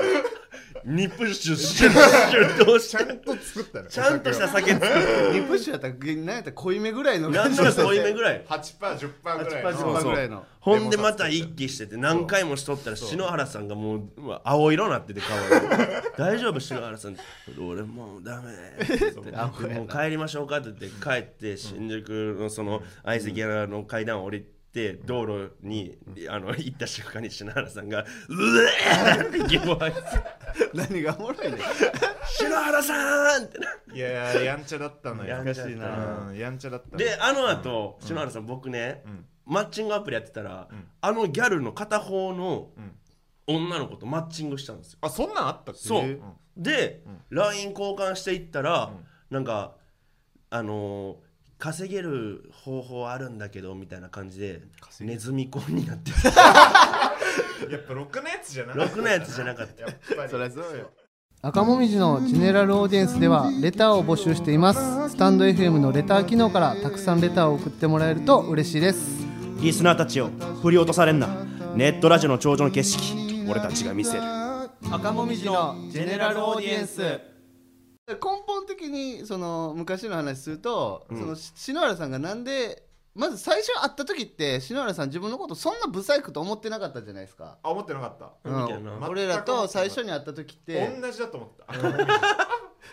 Speaker 1: 2プッシュシュッシュッとし
Speaker 3: ちゃ
Speaker 1: て
Speaker 3: んと作ったね
Speaker 1: ちゃんとした酒作って
Speaker 2: リプッシュやったら何やったら濃いめぐらいの
Speaker 1: 何なら濃いめぐらい
Speaker 3: 8パー10パーぐらいの
Speaker 2: 8%
Speaker 1: そうそう
Speaker 2: ぐらいの
Speaker 1: ほんでまた一気してて何回もしとったら篠原さんがもううわ青色になってて顔が 大丈夫篠原さん俺もうダメって言って
Speaker 2: 青やな
Speaker 1: もう帰りましょうかって言って帰って新宿のその相席屋の階段を降りて道路にあの行った瞬間に篠原さんが「うえ!」ってギブアイ
Speaker 2: 何がおもろいねん
Speaker 1: ス篠原さん!」ってない
Speaker 3: やーやんちゃだったのよ
Speaker 1: やんちゃだった
Speaker 2: な
Speaker 3: うんやんちゃだった
Speaker 1: であの後、篠原さん僕ね、
Speaker 3: ん
Speaker 1: マッチングアプリやってたら、
Speaker 3: ん
Speaker 1: あのギャルの片方の
Speaker 3: うん
Speaker 1: 女の子とマッチングしたんですよ
Speaker 3: あそんなんあったっけ
Speaker 1: そう、
Speaker 3: ん
Speaker 1: で、
Speaker 3: う
Speaker 1: LINE 交換していったら、なんかあのー稼げる方法あるんだけどみたいな感じでネズミ婚になってた
Speaker 3: やっぱろくなやつじゃ な
Speaker 1: ろくなやつじゃなかった
Speaker 3: やっぱり
Speaker 2: そりゃそうよ赤もみじのジェネラルオーディエンスではレターを募集していますスタンド FM のレター機能からたくさんレターを送ってもらえると嬉しいです
Speaker 4: リスナーたちを振り落とされんなネットラジオの頂上の景色俺たちが見せる
Speaker 2: 赤もみじの
Speaker 4: ジェネラルオーディエンス
Speaker 2: 根本的にその昔の話すると、そのし篠原さんがなんでまず最初会った時って篠原さん自分のことそんな不細工と思ってなかったじゃないですか、
Speaker 3: あ思ってなかった
Speaker 2: うん
Speaker 1: たいな
Speaker 2: 俺らと最初に会った時って
Speaker 3: 同じだと思った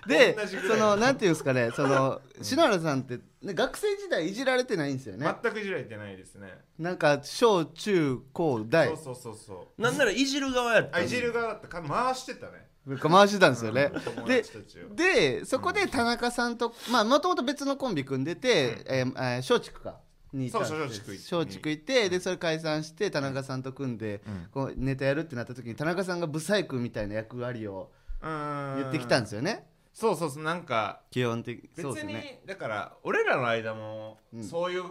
Speaker 2: で
Speaker 3: 同じぐら
Speaker 2: そ
Speaker 3: い
Speaker 2: のなんていうんですかねその篠原さんって、ね、学生時代いじられてないんですよね
Speaker 3: 全くいじられてないですね
Speaker 2: なんか小中高大
Speaker 3: そうそうそうそう
Speaker 1: なんならいじる側やった
Speaker 3: あいじる側だったか回してたね
Speaker 2: なんか回してたんですよね、
Speaker 3: 友
Speaker 2: で
Speaker 3: 達たちを
Speaker 2: でそこで田中さんとまあもともと別のコンビ組んでて、えーえー松竹かにいたんです
Speaker 3: そう松竹行って
Speaker 2: 松竹行ってでそれ解散して田中さんと組んで、こうネタやるってなった時に田中さんがブサイクみたいな役割を
Speaker 3: 言
Speaker 2: 言ってきたんですすよね
Speaker 3: そうそうそうなんか
Speaker 2: 基本的
Speaker 3: 別
Speaker 2: そうです
Speaker 3: に、
Speaker 2: ね
Speaker 3: だから俺らの間も
Speaker 2: うん
Speaker 3: そういう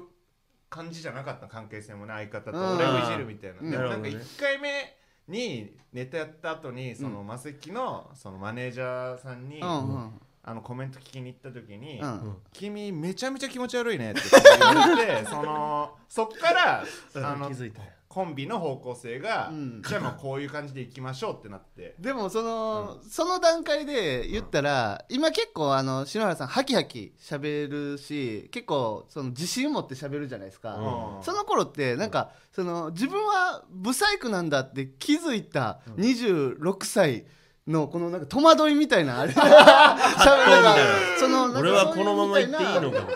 Speaker 3: 感じじゃなかった関係性もね相方
Speaker 2: うん
Speaker 3: と俺をいじるみたいな、
Speaker 2: うん
Speaker 3: で
Speaker 1: な
Speaker 3: も
Speaker 1: る
Speaker 3: なん
Speaker 1: ほ
Speaker 3: か
Speaker 1: どね
Speaker 3: 1回目にネタやった後にそのマセキのそのマネージャーさんに、
Speaker 2: うんうん
Speaker 3: あのコメント聞きに行った時に「
Speaker 2: うん
Speaker 3: 君めちゃめちゃ気持ち悪いね」って言われてそのそっ からあの
Speaker 1: 気づいた
Speaker 3: コンビの方向性が、
Speaker 2: うん
Speaker 3: じゃあもうこういう感じでいきましょうってなって
Speaker 2: でもその、その段階で言ったら、今結構あの篠原さんハキハキ喋るし結構その自信持って喋るじゃないですか、
Speaker 3: うん
Speaker 2: その頃ってなんか、その自分はブサイクなんだって気づいた26歳のこのなんか戸惑いみた いなあれ喋
Speaker 1: みたいな
Speaker 2: そのなんか
Speaker 1: 俺はこのまま行っていいのか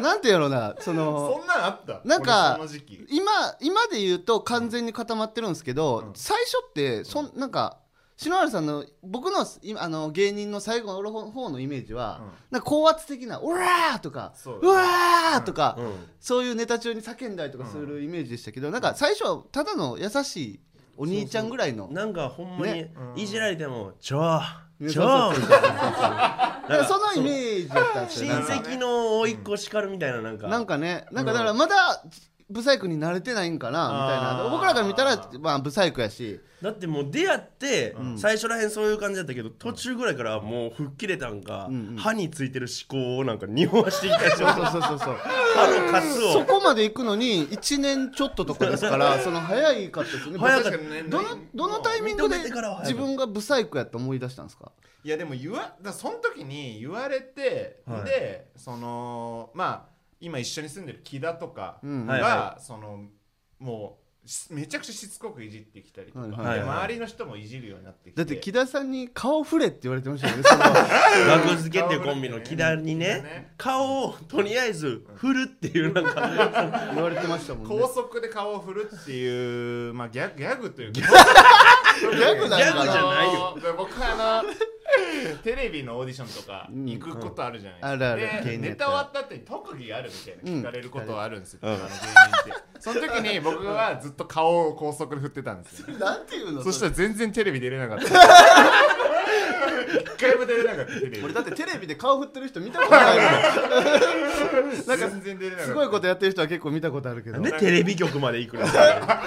Speaker 2: なんてやろうなその
Speaker 3: そんなんあった
Speaker 2: なんか
Speaker 3: 俺その時期
Speaker 2: 今今で言うと完全に固まってるんですけど、最初ってそんなんか篠原さんの僕の今あの芸人の最後の方のイメージは、
Speaker 3: うん
Speaker 2: なんか高圧的な「オラー!」とか「
Speaker 3: そううだね
Speaker 2: わー!」とか、
Speaker 1: うん
Speaker 2: そういうネタ中に叫んだりとかするイメージでしたけど、なんか最初はただの優しいお兄ちゃんぐらいの
Speaker 1: なんかほんまに
Speaker 2: ね
Speaker 1: いじられても「ちょ
Speaker 2: ね
Speaker 1: ーち
Speaker 2: そ
Speaker 1: ょ
Speaker 2: うそ
Speaker 1: ー」
Speaker 2: う
Speaker 1: みたいな
Speaker 2: なんかそのイメージだったんです
Speaker 1: 親
Speaker 2: よ、なんか
Speaker 1: 戚の甥っ子叱るみたいななんか
Speaker 2: なんかねなんかだからまだブサイクに慣れてないんかなみたいな
Speaker 3: あー
Speaker 2: 僕らから見たら、まあ、ブサイクやし。
Speaker 1: だってもう出会って最初らへんそういう感じだったけど途中ぐらいからもう吹っ切れたんか
Speaker 2: うんうん
Speaker 1: 歯についてる思考をなんか匂わしていたりし
Speaker 2: そうそうそうそうそう
Speaker 1: 歯のカス
Speaker 2: そ
Speaker 1: を
Speaker 2: こまで行くのに1年ちょっととかですからその早いかったですよね
Speaker 1: 早かった
Speaker 3: 確かにね
Speaker 2: どのどのタイミングで
Speaker 1: 認めてからは早
Speaker 2: 自
Speaker 1: かった
Speaker 2: 分がブサイクやって思い出したんですか
Speaker 3: いやでも言わだからその時に言われて、
Speaker 1: はい
Speaker 3: でそのまあ今一緒に住んでる木田とかが、
Speaker 2: うん
Speaker 1: はいは
Speaker 3: そのもうしめちゃくちゃしつこくいじってきたりとか、
Speaker 2: はいはい
Speaker 1: はい
Speaker 3: で周りの人もいじるようになってき
Speaker 2: だ
Speaker 3: て
Speaker 2: って木田さんに顔触れって言われてましたよねその
Speaker 1: 学付けっていうコンビの木田にね顔をとりあえず振るっていうなんか
Speaker 2: 言われてましたもんね
Speaker 3: 高速で顔を振るっていう、まあ、ギャギャグというかギ
Speaker 2: ャグなんかな
Speaker 3: よ僕あのテレビのオーディションとか
Speaker 2: ん
Speaker 3: 行くことあるじゃないですか、
Speaker 2: あるある
Speaker 3: で
Speaker 2: 芸人や
Speaker 3: ネ
Speaker 2: ったら
Speaker 3: タ終わった後に特技あるみたいな聞かれることはあるんですよ、
Speaker 1: うん
Speaker 3: あの芸人ってその時に僕はずっと顔を高速で振ってたんですよ
Speaker 2: なんていうの
Speaker 3: そした
Speaker 2: れ
Speaker 3: ら全然テレビ出れなかった一回も出れなかったテレビ
Speaker 2: 俺だってテレビで顔振ってる人見たことない も
Speaker 3: なんか全然出れなか
Speaker 2: ん
Speaker 3: った
Speaker 2: すごいことやってる人は結構見たことあるけど
Speaker 1: でテレビ局まで行くのさ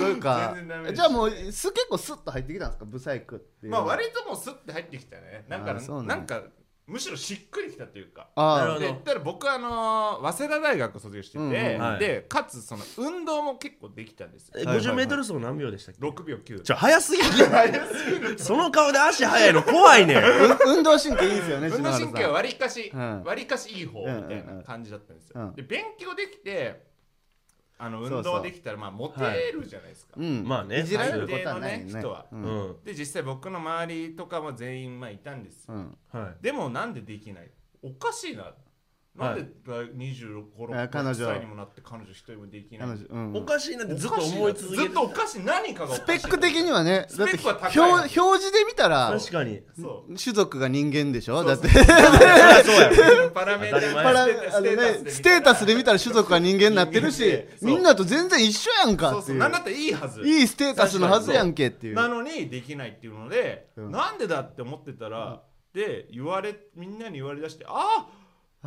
Speaker 2: そうか
Speaker 3: 全然ダメです
Speaker 2: じゃあもうす結構スッと入ってきたんですかブサイクっていう
Speaker 3: ま
Speaker 2: の
Speaker 3: あ
Speaker 2: は
Speaker 3: 割ともうスッて入ってきたねなんか
Speaker 2: あーそう
Speaker 3: な
Speaker 2: ね
Speaker 3: んかむしろしっくりきたっていうか
Speaker 1: なる
Speaker 2: あ
Speaker 1: ほ
Speaker 2: あ
Speaker 1: ど
Speaker 3: でだから僕はあのー早稲田大学卒業してて、
Speaker 2: うんうん
Speaker 1: はい
Speaker 3: でかつその運動も結構できたんですよ
Speaker 1: え
Speaker 4: はいはい
Speaker 1: 50m 走何秒でしたっけ
Speaker 3: 6秒9
Speaker 1: ちょ早すぎるその顔で足速いの怖いねん
Speaker 2: 運動神経いいですよね
Speaker 3: 運
Speaker 2: 篠
Speaker 3: 動
Speaker 2: 原さ
Speaker 3: 神
Speaker 2: ん
Speaker 3: 経はわりかし、
Speaker 2: うん
Speaker 3: わりかしいい方みたいな感じだったんですよ、
Speaker 2: うんうんうん
Speaker 3: で勉強できてあの
Speaker 2: そ
Speaker 3: 運
Speaker 2: うそう
Speaker 3: 動できたらまあモテるじゃないですか、
Speaker 2: うん
Speaker 1: まあね
Speaker 2: いじられる
Speaker 3: 最
Speaker 2: こと
Speaker 3: 低
Speaker 2: は
Speaker 3: の
Speaker 2: ないよ
Speaker 3: ね
Speaker 2: ね
Speaker 3: 人は
Speaker 2: う
Speaker 1: うんん
Speaker 3: で実際僕の周りとかも全員まあいたんですよ、
Speaker 2: うん
Speaker 1: はい
Speaker 3: でもなんでできないおかしいななんで26頃
Speaker 2: あ彼女
Speaker 3: 歳にもなって彼女一人もできない
Speaker 2: 彼女うん
Speaker 1: おかしいなってずっと思い続け
Speaker 3: ず
Speaker 1: て
Speaker 3: っとおかしい何かがお
Speaker 2: ス
Speaker 3: か
Speaker 2: ペ
Speaker 3: しい
Speaker 2: ック的にはね
Speaker 3: ス
Speaker 2: だっ
Speaker 3: ペ
Speaker 2: て
Speaker 3: ックは高い
Speaker 2: 表表示で見たら
Speaker 1: 確かに
Speaker 3: そう
Speaker 2: 種族が人間でしょ
Speaker 3: そ
Speaker 2: だ
Speaker 3: う
Speaker 2: っ
Speaker 3: そ
Speaker 2: て
Speaker 3: う
Speaker 1: そうや
Speaker 3: パラメー
Speaker 1: 当たり
Speaker 3: タ
Speaker 1: 前
Speaker 2: パラあ
Speaker 3: ス
Speaker 2: の
Speaker 3: テ
Speaker 2: ねス
Speaker 3: ス
Speaker 2: テ
Speaker 3: テ
Speaker 2: ー
Speaker 3: ー
Speaker 2: タ
Speaker 3: タ
Speaker 2: ス
Speaker 3: ス
Speaker 2: で
Speaker 3: で
Speaker 2: 見
Speaker 3: 見
Speaker 2: た
Speaker 3: た
Speaker 2: ら種族が人間になってる
Speaker 3: 人
Speaker 2: し
Speaker 3: 間でそう
Speaker 2: みんなと全然一緒やんか
Speaker 3: そう
Speaker 2: って
Speaker 3: そう
Speaker 2: い
Speaker 3: なんだっ
Speaker 2: う
Speaker 3: たらいいはず
Speaker 2: いいステータスのはずやんけっていう
Speaker 3: なのにできないっていうので、
Speaker 2: うん
Speaker 3: なんでだって思ってたら、で言われみんなに言われだしてあ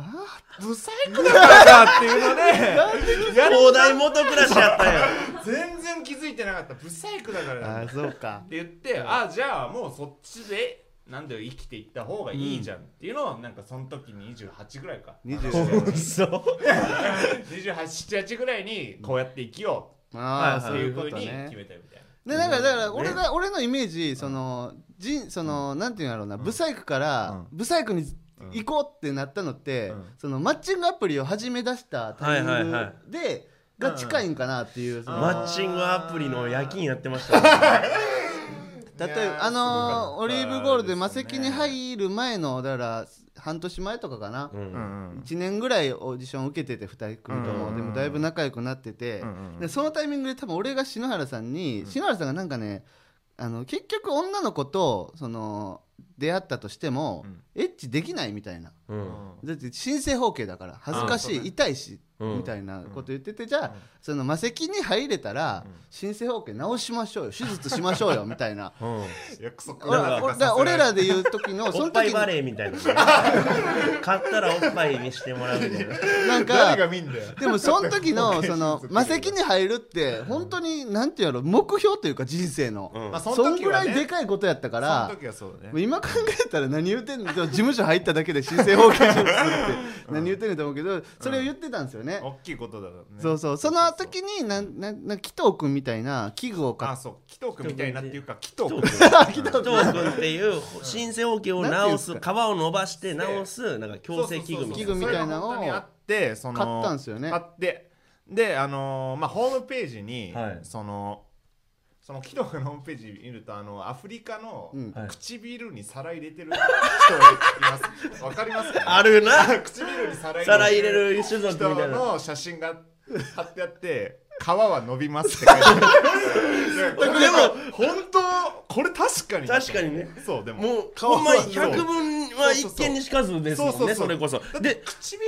Speaker 2: あ
Speaker 3: あブサイクだからだっていうのでや
Speaker 1: 東大元暮らしやったんや
Speaker 3: 全然気づいてなかったブサイクだからだ
Speaker 2: あーそうか
Speaker 3: って言って、ああじゃあもうそっちでなんだよ生きていった方がいいじゃんっていうのをなんかその時28ぐらいか
Speaker 2: 20
Speaker 1: そう
Speaker 3: 287ぐらいにこうやって生きよ
Speaker 2: あ
Speaker 1: は
Speaker 2: あ
Speaker 1: い
Speaker 3: う
Speaker 2: そう
Speaker 3: ってい
Speaker 2: いうう
Speaker 3: ふ
Speaker 2: こ
Speaker 3: う
Speaker 2: と
Speaker 3: に
Speaker 2: ね
Speaker 3: 決めたみたいな。
Speaker 2: でだからだから俺が俺のイメージその人そのなんていうんやろうなブサイクからブサイクに行こうってなったのって
Speaker 3: うん
Speaker 2: そのマッチングアプリを始め出したタイミングでが近いんかなっていうその
Speaker 1: マッチングアプリの夜勤やってましたね
Speaker 2: 例え
Speaker 3: いや
Speaker 2: ば
Speaker 3: ー
Speaker 2: あのー
Speaker 3: すごかった
Speaker 2: オリーブゴールドで
Speaker 3: ですね
Speaker 2: 魔石に入る前のだから半年前とかかな、
Speaker 1: うん
Speaker 3: ん
Speaker 2: 1年ぐらいオーディション受けてて2人組とも、
Speaker 3: うん
Speaker 2: でもだいぶ仲良くなってて、
Speaker 3: うんうんうん
Speaker 2: でそのタイミングで多分俺が篠原さんに、篠原さんがなんかねあの結局女の子とその出会ったとしても、エッチできないみたいな
Speaker 1: うん
Speaker 2: だって申請方形だから恥ずかしい、痛いし、
Speaker 1: うん
Speaker 2: みたいなこと言っててじゃあ、その魔石に入れたら、申請方形直しましょうよ手術しまし ょうよみたいな。
Speaker 1: うん
Speaker 3: いやクソ
Speaker 2: 俺ら俺ら俺らで言う時のそ
Speaker 1: お
Speaker 2: の
Speaker 1: っぱ
Speaker 2: 時
Speaker 1: い
Speaker 2: に
Speaker 1: バレーみたいな買ったらおっぱいにしてもらうみたいな
Speaker 2: なん
Speaker 3: 誰が
Speaker 2: か
Speaker 3: 見んだよ
Speaker 2: でもその時のその魔石に入るって本当になんていうやろ目標というか人生の
Speaker 1: うん
Speaker 3: まあそ
Speaker 2: そ
Speaker 3: の
Speaker 2: ん
Speaker 3: 時
Speaker 2: ぐ
Speaker 3: は
Speaker 2: ら
Speaker 3: ね
Speaker 2: いでかいことやったか
Speaker 3: そ
Speaker 2: ら
Speaker 3: の時はそうだ
Speaker 2: もう
Speaker 3: ね
Speaker 2: 今考えたら何言うてんのでも事務所入っただけで申請方形するって何言うてんのと思うけどそれを言ってたんですよね
Speaker 3: 大きいことだからね
Speaker 2: そうそうその時になんなんなん紀藤君みたいな器具を買
Speaker 3: あ
Speaker 2: っ
Speaker 3: そう紀藤君みたいなっていうか紀藤
Speaker 1: 紀
Speaker 3: 君
Speaker 1: 藤君っていう新生オーケーを直す
Speaker 2: なん
Speaker 1: 皮を伸ばして直すなんか矯正器具みた
Speaker 2: 器
Speaker 1: い
Speaker 2: 具
Speaker 1: な
Speaker 2: みたいなのを
Speaker 3: それが本当にあってその
Speaker 2: 買ったんですよね
Speaker 3: 買ってであのーまあホームページに
Speaker 1: はい
Speaker 3: そのその紀藤君のホームページ見るとあのアフリカの
Speaker 2: うん
Speaker 1: はい
Speaker 3: 唇に皿入れてる人がいますわかりますか
Speaker 1: あるな
Speaker 3: 唇 に皿
Speaker 1: 皿入
Speaker 3: 入
Speaker 1: れ
Speaker 3: れる
Speaker 1: る種族み
Speaker 3: 人
Speaker 1: たいな
Speaker 3: の写真が貼ってあって「皮は伸びます」って書いてあるでも本当これ確かに
Speaker 1: 確かにね
Speaker 3: そうでも
Speaker 1: もうほんま
Speaker 3: そう
Speaker 1: 100分は一見にしかずですもんねそれこそ
Speaker 3: で
Speaker 1: で
Speaker 3: 唇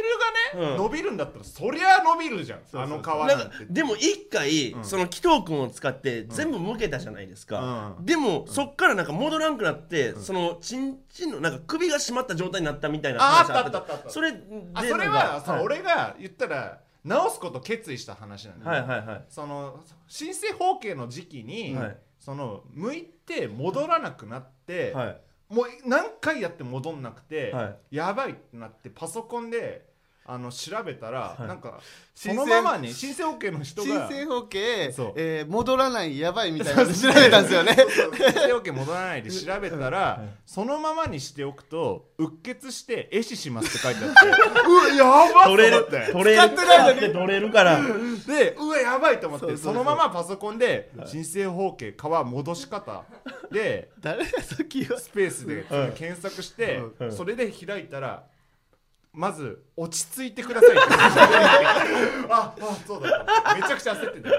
Speaker 3: がね、
Speaker 1: うん
Speaker 3: 伸びるんだったらそりゃ伸びるじゃんあの皮
Speaker 1: な
Speaker 3: なんん
Speaker 1: か
Speaker 3: て
Speaker 1: でも一回その紀藤君を使って全部向けたじゃないですか
Speaker 3: うん
Speaker 1: でもそっからなんか戻らんくなってそのチンチンのなんか首が締まった状態になったみたいな話
Speaker 3: ああ
Speaker 1: あ
Speaker 3: っ
Speaker 1: ったた
Speaker 3: あったあった
Speaker 1: それで
Speaker 3: あそれ
Speaker 1: なん
Speaker 3: は
Speaker 1: か
Speaker 3: その俺が言ったら直すことを決意した話なんだよ
Speaker 1: はいはいはい
Speaker 3: その申請方形の時期に、
Speaker 1: はい
Speaker 3: その向いて戻らなくなって、
Speaker 1: はい
Speaker 3: もう何回やって戻んなくて、
Speaker 1: は
Speaker 3: やばいってなってパソコンであの調べたら、
Speaker 1: い
Speaker 3: なんかそ
Speaker 2: 申請
Speaker 3: のままに申請 OK の人
Speaker 2: 申
Speaker 3: が
Speaker 2: 請方形
Speaker 3: そう、
Speaker 2: えー戻らないやばいみたいなの調べたんです よね
Speaker 3: 申請 OK 戻らないで調べたらそのままにしておくとうっ血して壊死しますって書いてあって うわやばっと
Speaker 1: 取れ
Speaker 3: 思
Speaker 1: る
Speaker 3: って
Speaker 1: 取れる使って取れるから
Speaker 3: でうわやばいと思って
Speaker 2: そ
Speaker 3: そう
Speaker 2: そうそう
Speaker 3: のままパソコンで申請方形川戻し方で
Speaker 2: 誰が先は
Speaker 3: スペースで検索して
Speaker 1: うんうん
Speaker 3: それで開いたらまず落ち着いてくださ いってああそうだっためちゃくちゃ焦ってた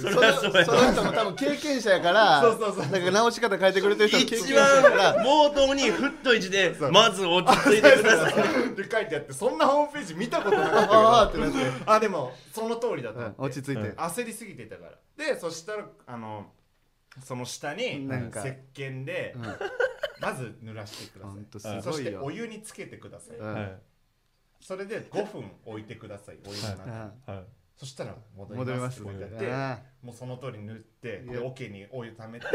Speaker 1: それ
Speaker 2: その
Speaker 1: はそうや
Speaker 2: その人も多分経験者やから
Speaker 3: そうそうそうそう
Speaker 2: なんか直し方変えてくれてる人も経験
Speaker 1: 一
Speaker 2: 者やか
Speaker 1: 番
Speaker 2: ら
Speaker 1: 冒頭にふっといじで
Speaker 3: そう
Speaker 1: まず落ち着いてください
Speaker 3: で書いてあってそんなホームページ見たことなかったけど
Speaker 2: ああーってなって、
Speaker 3: あでもその通りだと
Speaker 2: う
Speaker 3: 思
Speaker 2: ん
Speaker 3: って、
Speaker 2: 落ち着いて、
Speaker 3: 焦りすぎてたからでそしたらあのその下に
Speaker 2: なんか
Speaker 3: 石鹸で、まず濡らしてくだ
Speaker 2: ほんとす
Speaker 3: さい
Speaker 2: ご
Speaker 3: そ
Speaker 2: い
Speaker 3: して
Speaker 2: よ
Speaker 3: お湯につけてください、
Speaker 2: うん
Speaker 1: はい
Speaker 3: それで5分置いてくださいお湯の中に、
Speaker 2: うん
Speaker 1: はい
Speaker 3: そしたら戻
Speaker 2: 戻り
Speaker 3: り
Speaker 2: ま
Speaker 3: ますす
Speaker 2: ね
Speaker 3: ってことやって
Speaker 2: あ
Speaker 3: もうその通り塗って
Speaker 2: い
Speaker 3: で
Speaker 2: や
Speaker 3: 桶にお湯溜めて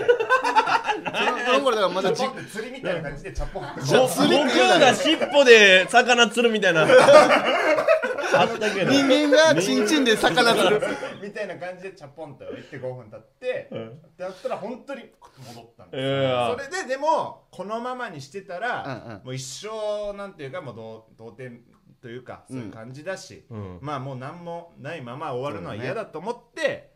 Speaker 2: その頃だからまだ
Speaker 3: ち
Speaker 2: じ
Speaker 3: ょっと釣りみたいな感じでチャポンって
Speaker 1: 悟
Speaker 2: 釣りって言う
Speaker 1: 空
Speaker 2: なよ
Speaker 1: が尻尾で魚釣るみたいなあったけど
Speaker 2: 人間がチンチンで魚釣る
Speaker 3: みたいな感じでチャポンと置いて5分経って、
Speaker 1: ん
Speaker 3: でやったら本当に戻ったんです
Speaker 1: いや
Speaker 3: よそれででもこのままにしてたら、
Speaker 2: うんうん
Speaker 3: もう一生なんていうかもう同同点というかそういう感じだし、
Speaker 1: うん
Speaker 3: まあもう何もないまま終わるのは
Speaker 2: そうだね
Speaker 3: 嫌だと思って、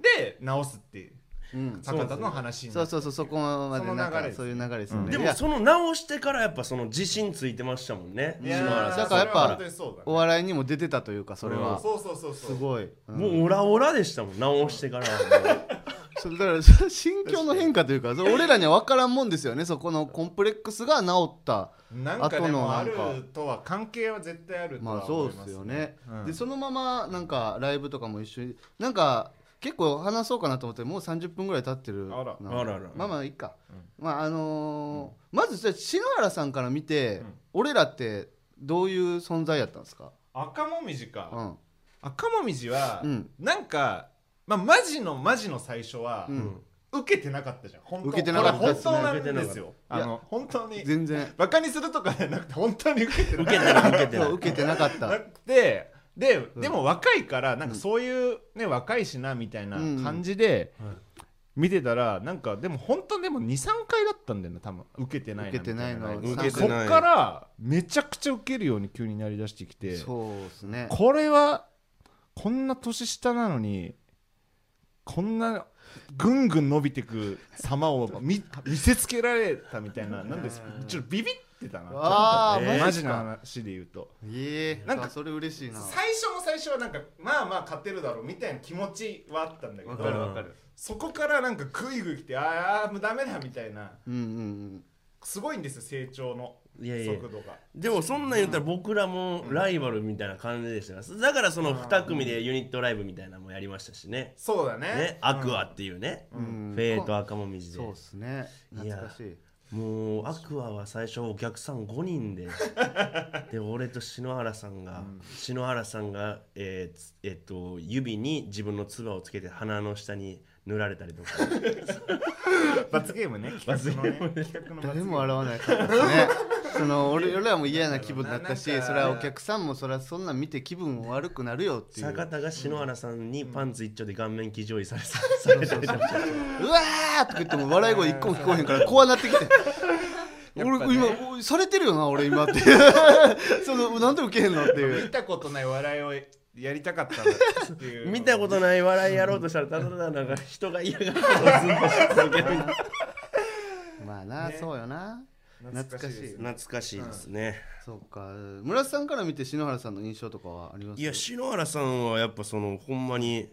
Speaker 3: で直すっていう
Speaker 2: うん
Speaker 3: 坂田の話に
Speaker 2: そ
Speaker 3: な
Speaker 2: う
Speaker 3: って
Speaker 2: そうそうそこまでなん
Speaker 3: その流れ
Speaker 2: か
Speaker 3: です
Speaker 2: そういう流れですね、
Speaker 1: で
Speaker 2: い
Speaker 1: も
Speaker 2: や
Speaker 1: その直してからやっぱその自信ついてましたもんね
Speaker 3: いやー
Speaker 2: だからやっぱ
Speaker 3: それは本当にそうだね
Speaker 2: お笑いにも出てたというかそれは、
Speaker 3: そうそうそうそう
Speaker 2: すごい、うん
Speaker 1: もうオラオラでしたもん直してからはも
Speaker 2: それだからそ心境の変化というかそれ俺らには分からんもんですよねそこのコンプレックスが治った
Speaker 3: なんかでもあ
Speaker 2: 後
Speaker 3: る
Speaker 2: のなんか
Speaker 3: とは関係は絶対あると
Speaker 2: まあ
Speaker 3: は
Speaker 2: そう
Speaker 3: 思い
Speaker 2: で
Speaker 3: ますす
Speaker 2: よね、
Speaker 3: うん
Speaker 2: でそのままなんかライブとかも一緒になんか結構話そうかなと思ってもう30分ぐらい経ってる
Speaker 3: あら
Speaker 2: な
Speaker 1: あらあら
Speaker 2: まあまあいいか、まああのーまずじゃあ篠原さんから見て、
Speaker 3: ん
Speaker 2: 俺らってどういう存在やったんですか、
Speaker 3: 赤もみじか、
Speaker 2: うん、
Speaker 3: 赤もみじは、
Speaker 2: うん
Speaker 3: なんか、まあ、マジのマジの最初は、
Speaker 2: ん
Speaker 3: 受けてなかったじゃん本当
Speaker 2: 受けてなかった
Speaker 3: これ本当な
Speaker 1: 受けて
Speaker 3: ん
Speaker 1: な
Speaker 3: で
Speaker 1: かっ
Speaker 3: すよ
Speaker 2: た
Speaker 3: あの本当に
Speaker 2: 全然
Speaker 3: バカにするとかじゃなくて本当に受けて
Speaker 1: う
Speaker 3: な
Speaker 1: 受
Speaker 3: かっ
Speaker 1: けてない受けてな
Speaker 2: そ
Speaker 1: いう
Speaker 2: 受けてなかった
Speaker 3: たなくてででも若いからなんかそういう、ね若いしなみたいな感じで、
Speaker 1: うんはい
Speaker 3: 見てたらなんかでも本当でも23回だったんだよな多分受けてない
Speaker 2: 受けてないの
Speaker 3: みた
Speaker 1: 受け
Speaker 3: そ
Speaker 1: て
Speaker 3: っ
Speaker 1: ない
Speaker 3: からめちゃくちゃ受けるように急になりだしてきて
Speaker 2: そうですね
Speaker 3: これはこんな年下なのにこんなぐんぐん伸びてく様を見見せつけられたみたいななんですちょっとビビってたな
Speaker 2: ああ、
Speaker 1: えー
Speaker 3: マ
Speaker 2: マ
Speaker 3: ジ
Speaker 2: ジ
Speaker 3: な
Speaker 2: か
Speaker 3: 話で言うと
Speaker 2: ええ
Speaker 3: なんか
Speaker 2: あそれ嬉しいな
Speaker 3: 最初も最初はなんかまあまあ勝てるだろうみたいな気持ちはあったんだけど
Speaker 2: わかるわか
Speaker 1: うん
Speaker 2: る
Speaker 3: そこからなんかグイグイ来てああもうダメだみたいな
Speaker 2: うんうん
Speaker 3: すごいんですよ成長の
Speaker 1: いやいや
Speaker 3: 速度が。
Speaker 1: でもそんなん言ったら僕らもライバルみたいな感じでしたよだからその2組でユニットライブみたいなのもやりましたしね
Speaker 3: そうだね
Speaker 1: ねアクアっていうね
Speaker 2: うんうん
Speaker 1: フェイと赤もみじで
Speaker 2: そうですね
Speaker 1: いや
Speaker 2: 懐かしい
Speaker 1: もうアクアは最初お客さん5人 でで俺と篠原さんが、篠原さんが、えーつえっと指に自分の唾をつけて鼻の下に塗られたりとか
Speaker 3: 罰ゲームね企画のね企画の罰ゲ
Speaker 2: 誰
Speaker 3: ーム
Speaker 2: も笑わないからですねその俺俺らも嫌な気分だったし
Speaker 3: なんか
Speaker 2: それはお客さんもそれはそんなん見て気分悪くなるよっていうう
Speaker 1: 坂
Speaker 2: わ
Speaker 1: 田が篠原さんにパンツ一丁で顔面騎乗位されさされたりとか
Speaker 2: ーとか言っても笑い声一個も聞こえへんから 怖なってきて俺今おされてるよな俺 今ってそのなんでウケへんのってい
Speaker 3: 見
Speaker 2: う
Speaker 3: たことない笑いをやりたかったんだっていう
Speaker 1: 見たことない笑いやろうとしたらただただなんか人が 嫌がってずっと続けるみたいな
Speaker 2: まあな、そうよな懐かしい
Speaker 3: です
Speaker 1: 懐かしいですね、
Speaker 2: そうか村瀬さんから見て篠原さんの印象とかはあります
Speaker 1: いや篠原さんはやっぱそのほんまに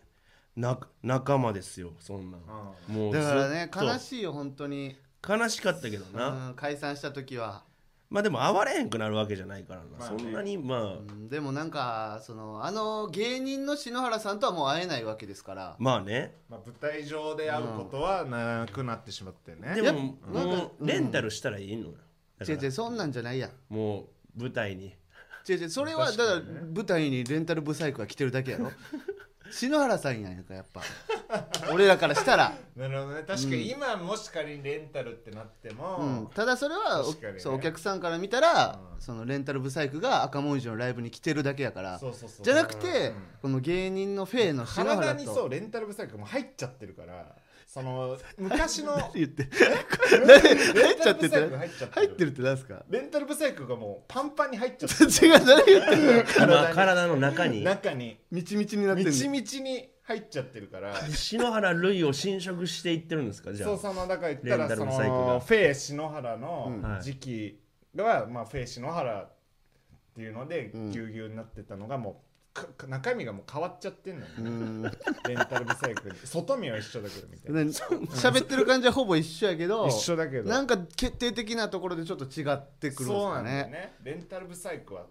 Speaker 1: な仲間ですよそんなん、もうず
Speaker 2: だ
Speaker 1: っと
Speaker 2: からね悲しいよ本当に
Speaker 1: 悲しかったけどな、
Speaker 2: うん解散した時は
Speaker 1: まあでも会われへんくなるわけじゃないからな、
Speaker 3: まあね
Speaker 1: そんなにまあ
Speaker 2: うんでもなんかそのあの芸人の篠原さんとはもう会えないわけですから
Speaker 1: まあね
Speaker 3: まあ、舞台上で会うことはなくなってしまってね、
Speaker 1: で
Speaker 2: やっ
Speaker 1: もも
Speaker 2: なんか
Speaker 1: うレンタルしたらいいのよだ
Speaker 2: 違う
Speaker 1: か
Speaker 2: 違
Speaker 1: ら
Speaker 2: うそんなんじゃないやん
Speaker 1: もう舞台に
Speaker 2: 違う違うそれはだ
Speaker 3: 確
Speaker 2: か
Speaker 3: からにね
Speaker 2: 舞台にレンタルブサイクが来てるだけやろ 篠原さんやんかやっぱ俺らからしたら、
Speaker 3: なるほどね確かに今もし仮にレンタルってなっても、
Speaker 2: うん、ただそれはお,、
Speaker 3: 確かにね
Speaker 2: そうお客さんから見たら、そのレンタルブサイクが赤文字のライブに来てるだけやから
Speaker 3: そうそうそう
Speaker 2: じゃなくて、
Speaker 3: うん
Speaker 2: この芸人のフェイの篠
Speaker 3: 体
Speaker 2: 原
Speaker 3: に
Speaker 2: と
Speaker 3: そうレンタルブサイクも入っちゃってるからそ の昔の入
Speaker 2: 言って入
Speaker 3: っ
Speaker 2: っちゃってて
Speaker 3: 入っちゃって
Speaker 2: 入
Speaker 3: る
Speaker 2: ってるって何ですか
Speaker 3: レンタルブサイクがもうパンパンに入っちゃって
Speaker 2: 違う誰言ってん の
Speaker 1: 今体の中に
Speaker 3: 中に
Speaker 2: みちみちになって
Speaker 3: み
Speaker 2: んの
Speaker 3: ちみちに入っちゃってるから
Speaker 1: 篠原類を侵食していってるんですかじゃあ
Speaker 3: そうそのだから言った
Speaker 1: レンタ
Speaker 3: ら
Speaker 1: ル
Speaker 3: そ
Speaker 1: ブサイク
Speaker 3: の
Speaker 1: が
Speaker 3: フェイ篠原
Speaker 1: うんは
Speaker 3: の
Speaker 1: い
Speaker 3: 時期がまあフェイ篠原っていうので
Speaker 2: ん
Speaker 3: ぎゅうぎゅうになってたのがもうかか中身がもう変わっちゃってんのよ
Speaker 2: う
Speaker 3: ね
Speaker 2: ん
Speaker 3: レンタルブサイクに外見は一緒だけどみたいな
Speaker 2: ね喋ってる感じはほぼ一緒やけど
Speaker 3: 一緒だけど
Speaker 2: なんか決定的なところでちょっと違ってくるんです
Speaker 3: そうな
Speaker 2: か
Speaker 3: んだよ
Speaker 2: ね
Speaker 3: ねレンタルブサイクは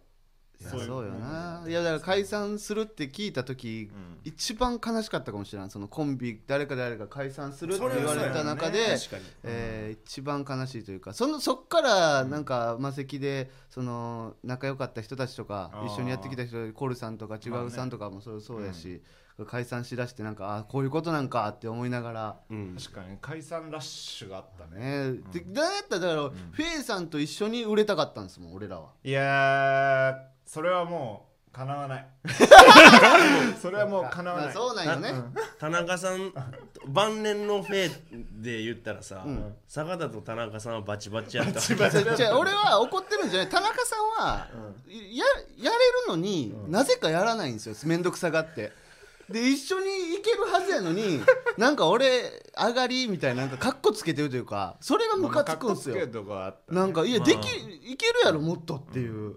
Speaker 2: いや
Speaker 3: そういう
Speaker 2: そうよないやだから解散するって聞いた時、
Speaker 3: うん
Speaker 2: 一番悲しかったかもしれないそのコンビ誰か誰か解散するって言われた中で、
Speaker 1: 確かに
Speaker 2: えー一番悲しいというかそのそっからなんか魔石でその仲良かった人たちとか
Speaker 3: あー
Speaker 2: 一緒にやってきた人コルさんとかチワウさんとかもそうそうやし、解散しだしてなんかあーこういうことなんかって思いながら。
Speaker 4: うん
Speaker 3: 確かに解散ラッシュがあったね
Speaker 2: ねでだったらだから、フェイさんと一緒に売れたかったんですもん俺らはい
Speaker 3: やーそれはもうかなわないそれはもうかなわ
Speaker 2: ま
Speaker 3: な
Speaker 2: あ
Speaker 3: い
Speaker 2: そうなんよね、
Speaker 1: 田中さん晩年のフェで言ったらさ、
Speaker 2: ん
Speaker 1: 坂田と田中さんはバチバチやった
Speaker 2: じゃあ俺は怒ってるんじゃない田中さんは、ややれるのに、なぜかやらないんですよ面倒くさがってで一緒に行けるはずやのになんか俺上がりみたいななんかカッコつけてるというかそれがムカつくんですよ、
Speaker 3: 格好つけるとこはあった
Speaker 2: なんかいや
Speaker 1: まあ
Speaker 2: でき、いけるやろもっとっていう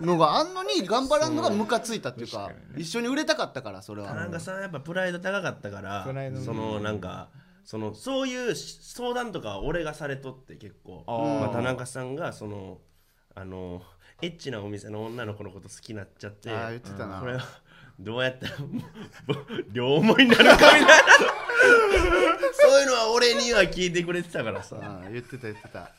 Speaker 2: のがあんのに頑張らんのがムカついたっていうか
Speaker 3: 確かに
Speaker 2: 一緒に売れたかったからそれ
Speaker 1: 田
Speaker 2: は
Speaker 1: 中さんはやっぱプライド高かったから
Speaker 3: プライド
Speaker 1: そのなんかそのそういうし相談とかは俺がされとって結構
Speaker 3: あー
Speaker 1: まあ、田中さんがそのあのエッチなお店の女の子のこと好きになっちゃって
Speaker 2: ああ言ってたな
Speaker 1: これはどうやったらもうぼ両思いになるかみたいなそういうのは俺には聞いてくれてたからさ
Speaker 2: ああ言ってた言ってた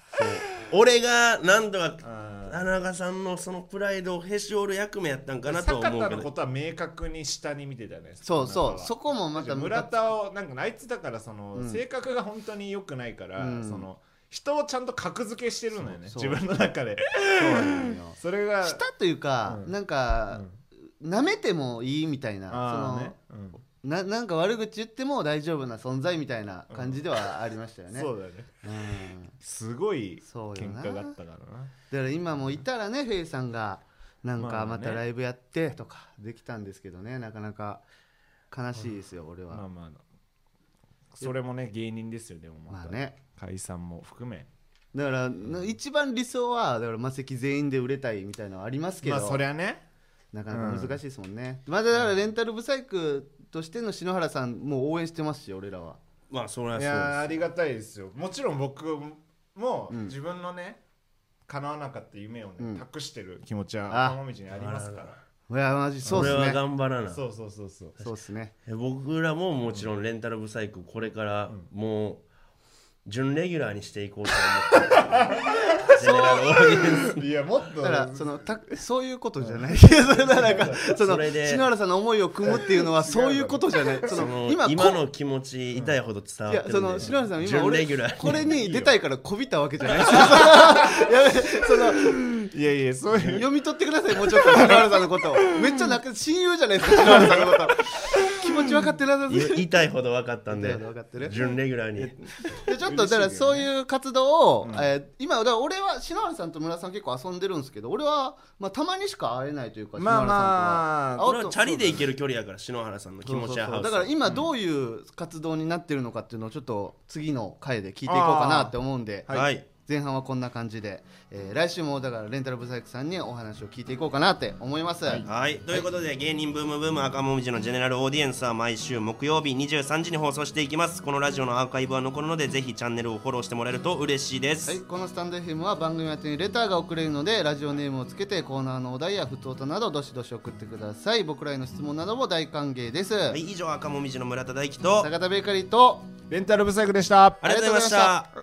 Speaker 1: 俺がなんとか
Speaker 3: あ
Speaker 1: 田中さんのそのプライドをへし折る役目やったんかなとは
Speaker 3: 坂
Speaker 1: 思う
Speaker 3: 田
Speaker 1: け
Speaker 3: のこ
Speaker 1: ど
Speaker 3: とは明確に下に見てたよね
Speaker 2: そうそ
Speaker 3: 田中は
Speaker 2: うそこもまたム
Speaker 3: 村
Speaker 2: カつ
Speaker 3: 田をなんかあいつだからその、
Speaker 2: うん
Speaker 3: 性格が本当に良くないから、
Speaker 2: うん
Speaker 3: その人をちゃんと格付けしてるのよね
Speaker 2: そうそう
Speaker 3: 自分の 中で
Speaker 2: そうなんよ
Speaker 3: それが
Speaker 2: したというか、
Speaker 3: うん
Speaker 2: なんか、舐めてもいいみたいな
Speaker 3: あ
Speaker 2: そ
Speaker 3: ー
Speaker 2: の、
Speaker 3: ねうん
Speaker 2: ななんか悪口言っても大丈夫な存在みたいな感じではありましたよね、
Speaker 3: そうだよね
Speaker 2: うん
Speaker 3: すごい
Speaker 2: そうよ
Speaker 3: 喧
Speaker 2: な
Speaker 3: 嘩があったからな
Speaker 2: だから今もいたらねフェイさんがなん
Speaker 3: ま
Speaker 2: か
Speaker 3: あね
Speaker 2: またライブやってとかできたんですけどねなかなか悲しいですよ俺
Speaker 3: まあ
Speaker 2: は、
Speaker 3: まあそれもね芸人ですよでもま
Speaker 2: ま
Speaker 3: た
Speaker 2: あね
Speaker 3: 解散も含め
Speaker 2: だからな一番理想はだから魔石全員で売れたいみたいなのはありますけど、
Speaker 3: まあそりゃね
Speaker 2: なかなか難しいですもんね、まだだからレンタルブサイクとしての篠原さんも応援してますし俺らは
Speaker 1: まあそれはいそう
Speaker 3: やー
Speaker 1: で
Speaker 3: ありがたいですよもちろん僕も
Speaker 2: うん
Speaker 3: 自分のね叶わなかった夢をね、
Speaker 2: うん
Speaker 3: 託してる気持ち
Speaker 2: あ
Speaker 3: は山道にありますから
Speaker 2: いやマジ
Speaker 1: す
Speaker 2: そうで
Speaker 1: 俺は
Speaker 2: すね
Speaker 1: 頑張らな
Speaker 3: そうそうそうそう
Speaker 2: そうですね
Speaker 1: え僕らももちろんレンタルブサイクこれからもう準レギュラーにしていこうと思って るゼネラルオーディエンス
Speaker 3: いやもっと
Speaker 2: だからそのたそういうことじゃ ないそれはなんかその
Speaker 1: それで
Speaker 2: 篠原さんの思いを組むっていうのはそういうことじゃない
Speaker 1: そ
Speaker 2: その
Speaker 1: の
Speaker 2: 今
Speaker 1: 今
Speaker 2: こ
Speaker 1: の気持ち痛いほど伝わ
Speaker 2: い
Speaker 1: ってる
Speaker 2: や
Speaker 1: んで
Speaker 2: その篠原さん今
Speaker 1: 準レ
Speaker 2: 俺
Speaker 1: ギュラー
Speaker 2: これに出たいからこびたわけじゃないいや その
Speaker 3: いやいやそういう
Speaker 2: 読み取ってくださいもうちょっと篠原さんのことをめっちゃ泣く親友じゃないですか篠原さんのこと気持ち分かってなさす ぎる
Speaker 1: い痛いほど分かったん
Speaker 2: 痛い
Speaker 1: で
Speaker 2: ほど分かってる
Speaker 1: 準レギュラーに
Speaker 2: でちょっとだからそういう活動を、えー今だから俺は篠原さんと村田さん結構遊んでるんですけど俺は、まあ、たまにしか会えないというか
Speaker 3: ま
Speaker 2: 篠原さん
Speaker 3: あま
Speaker 2: とは
Speaker 3: あ
Speaker 2: 青
Speaker 1: 俺はチャリで行ける距離やから篠原さんの気持ちは
Speaker 2: そうそ
Speaker 1: ハ
Speaker 2: う
Speaker 1: ウ
Speaker 2: そ
Speaker 1: ス
Speaker 2: うだから今どういう活動になってるのかっていうのをちょっと次の回で聞いていこうかなって思うんで、
Speaker 1: はいはい
Speaker 2: 前半はこんな感じで、えー来週もだからレンタルブサイクさんにお話を聞いていこうかなって思います、
Speaker 4: はい、ということで芸人ブームブーム赤もみじのジェネラルオーディエンスは毎週木曜日23時に放送していきますこのラジオのアーカイブは残るのでぜひチャンネルをフォローしてもらえると嬉しいです、
Speaker 2: はい、このスタンド FM は番組宛てにレターが送れるのでラジオネームをつけてコーナーのお題や不当となどどしどし送ってください僕らへの質問なども大歓迎です、
Speaker 4: はい、以上赤もみじの村田大樹と
Speaker 2: 坂田ベーカリーと
Speaker 3: レンタルブサイクでした
Speaker 4: ありがとうございました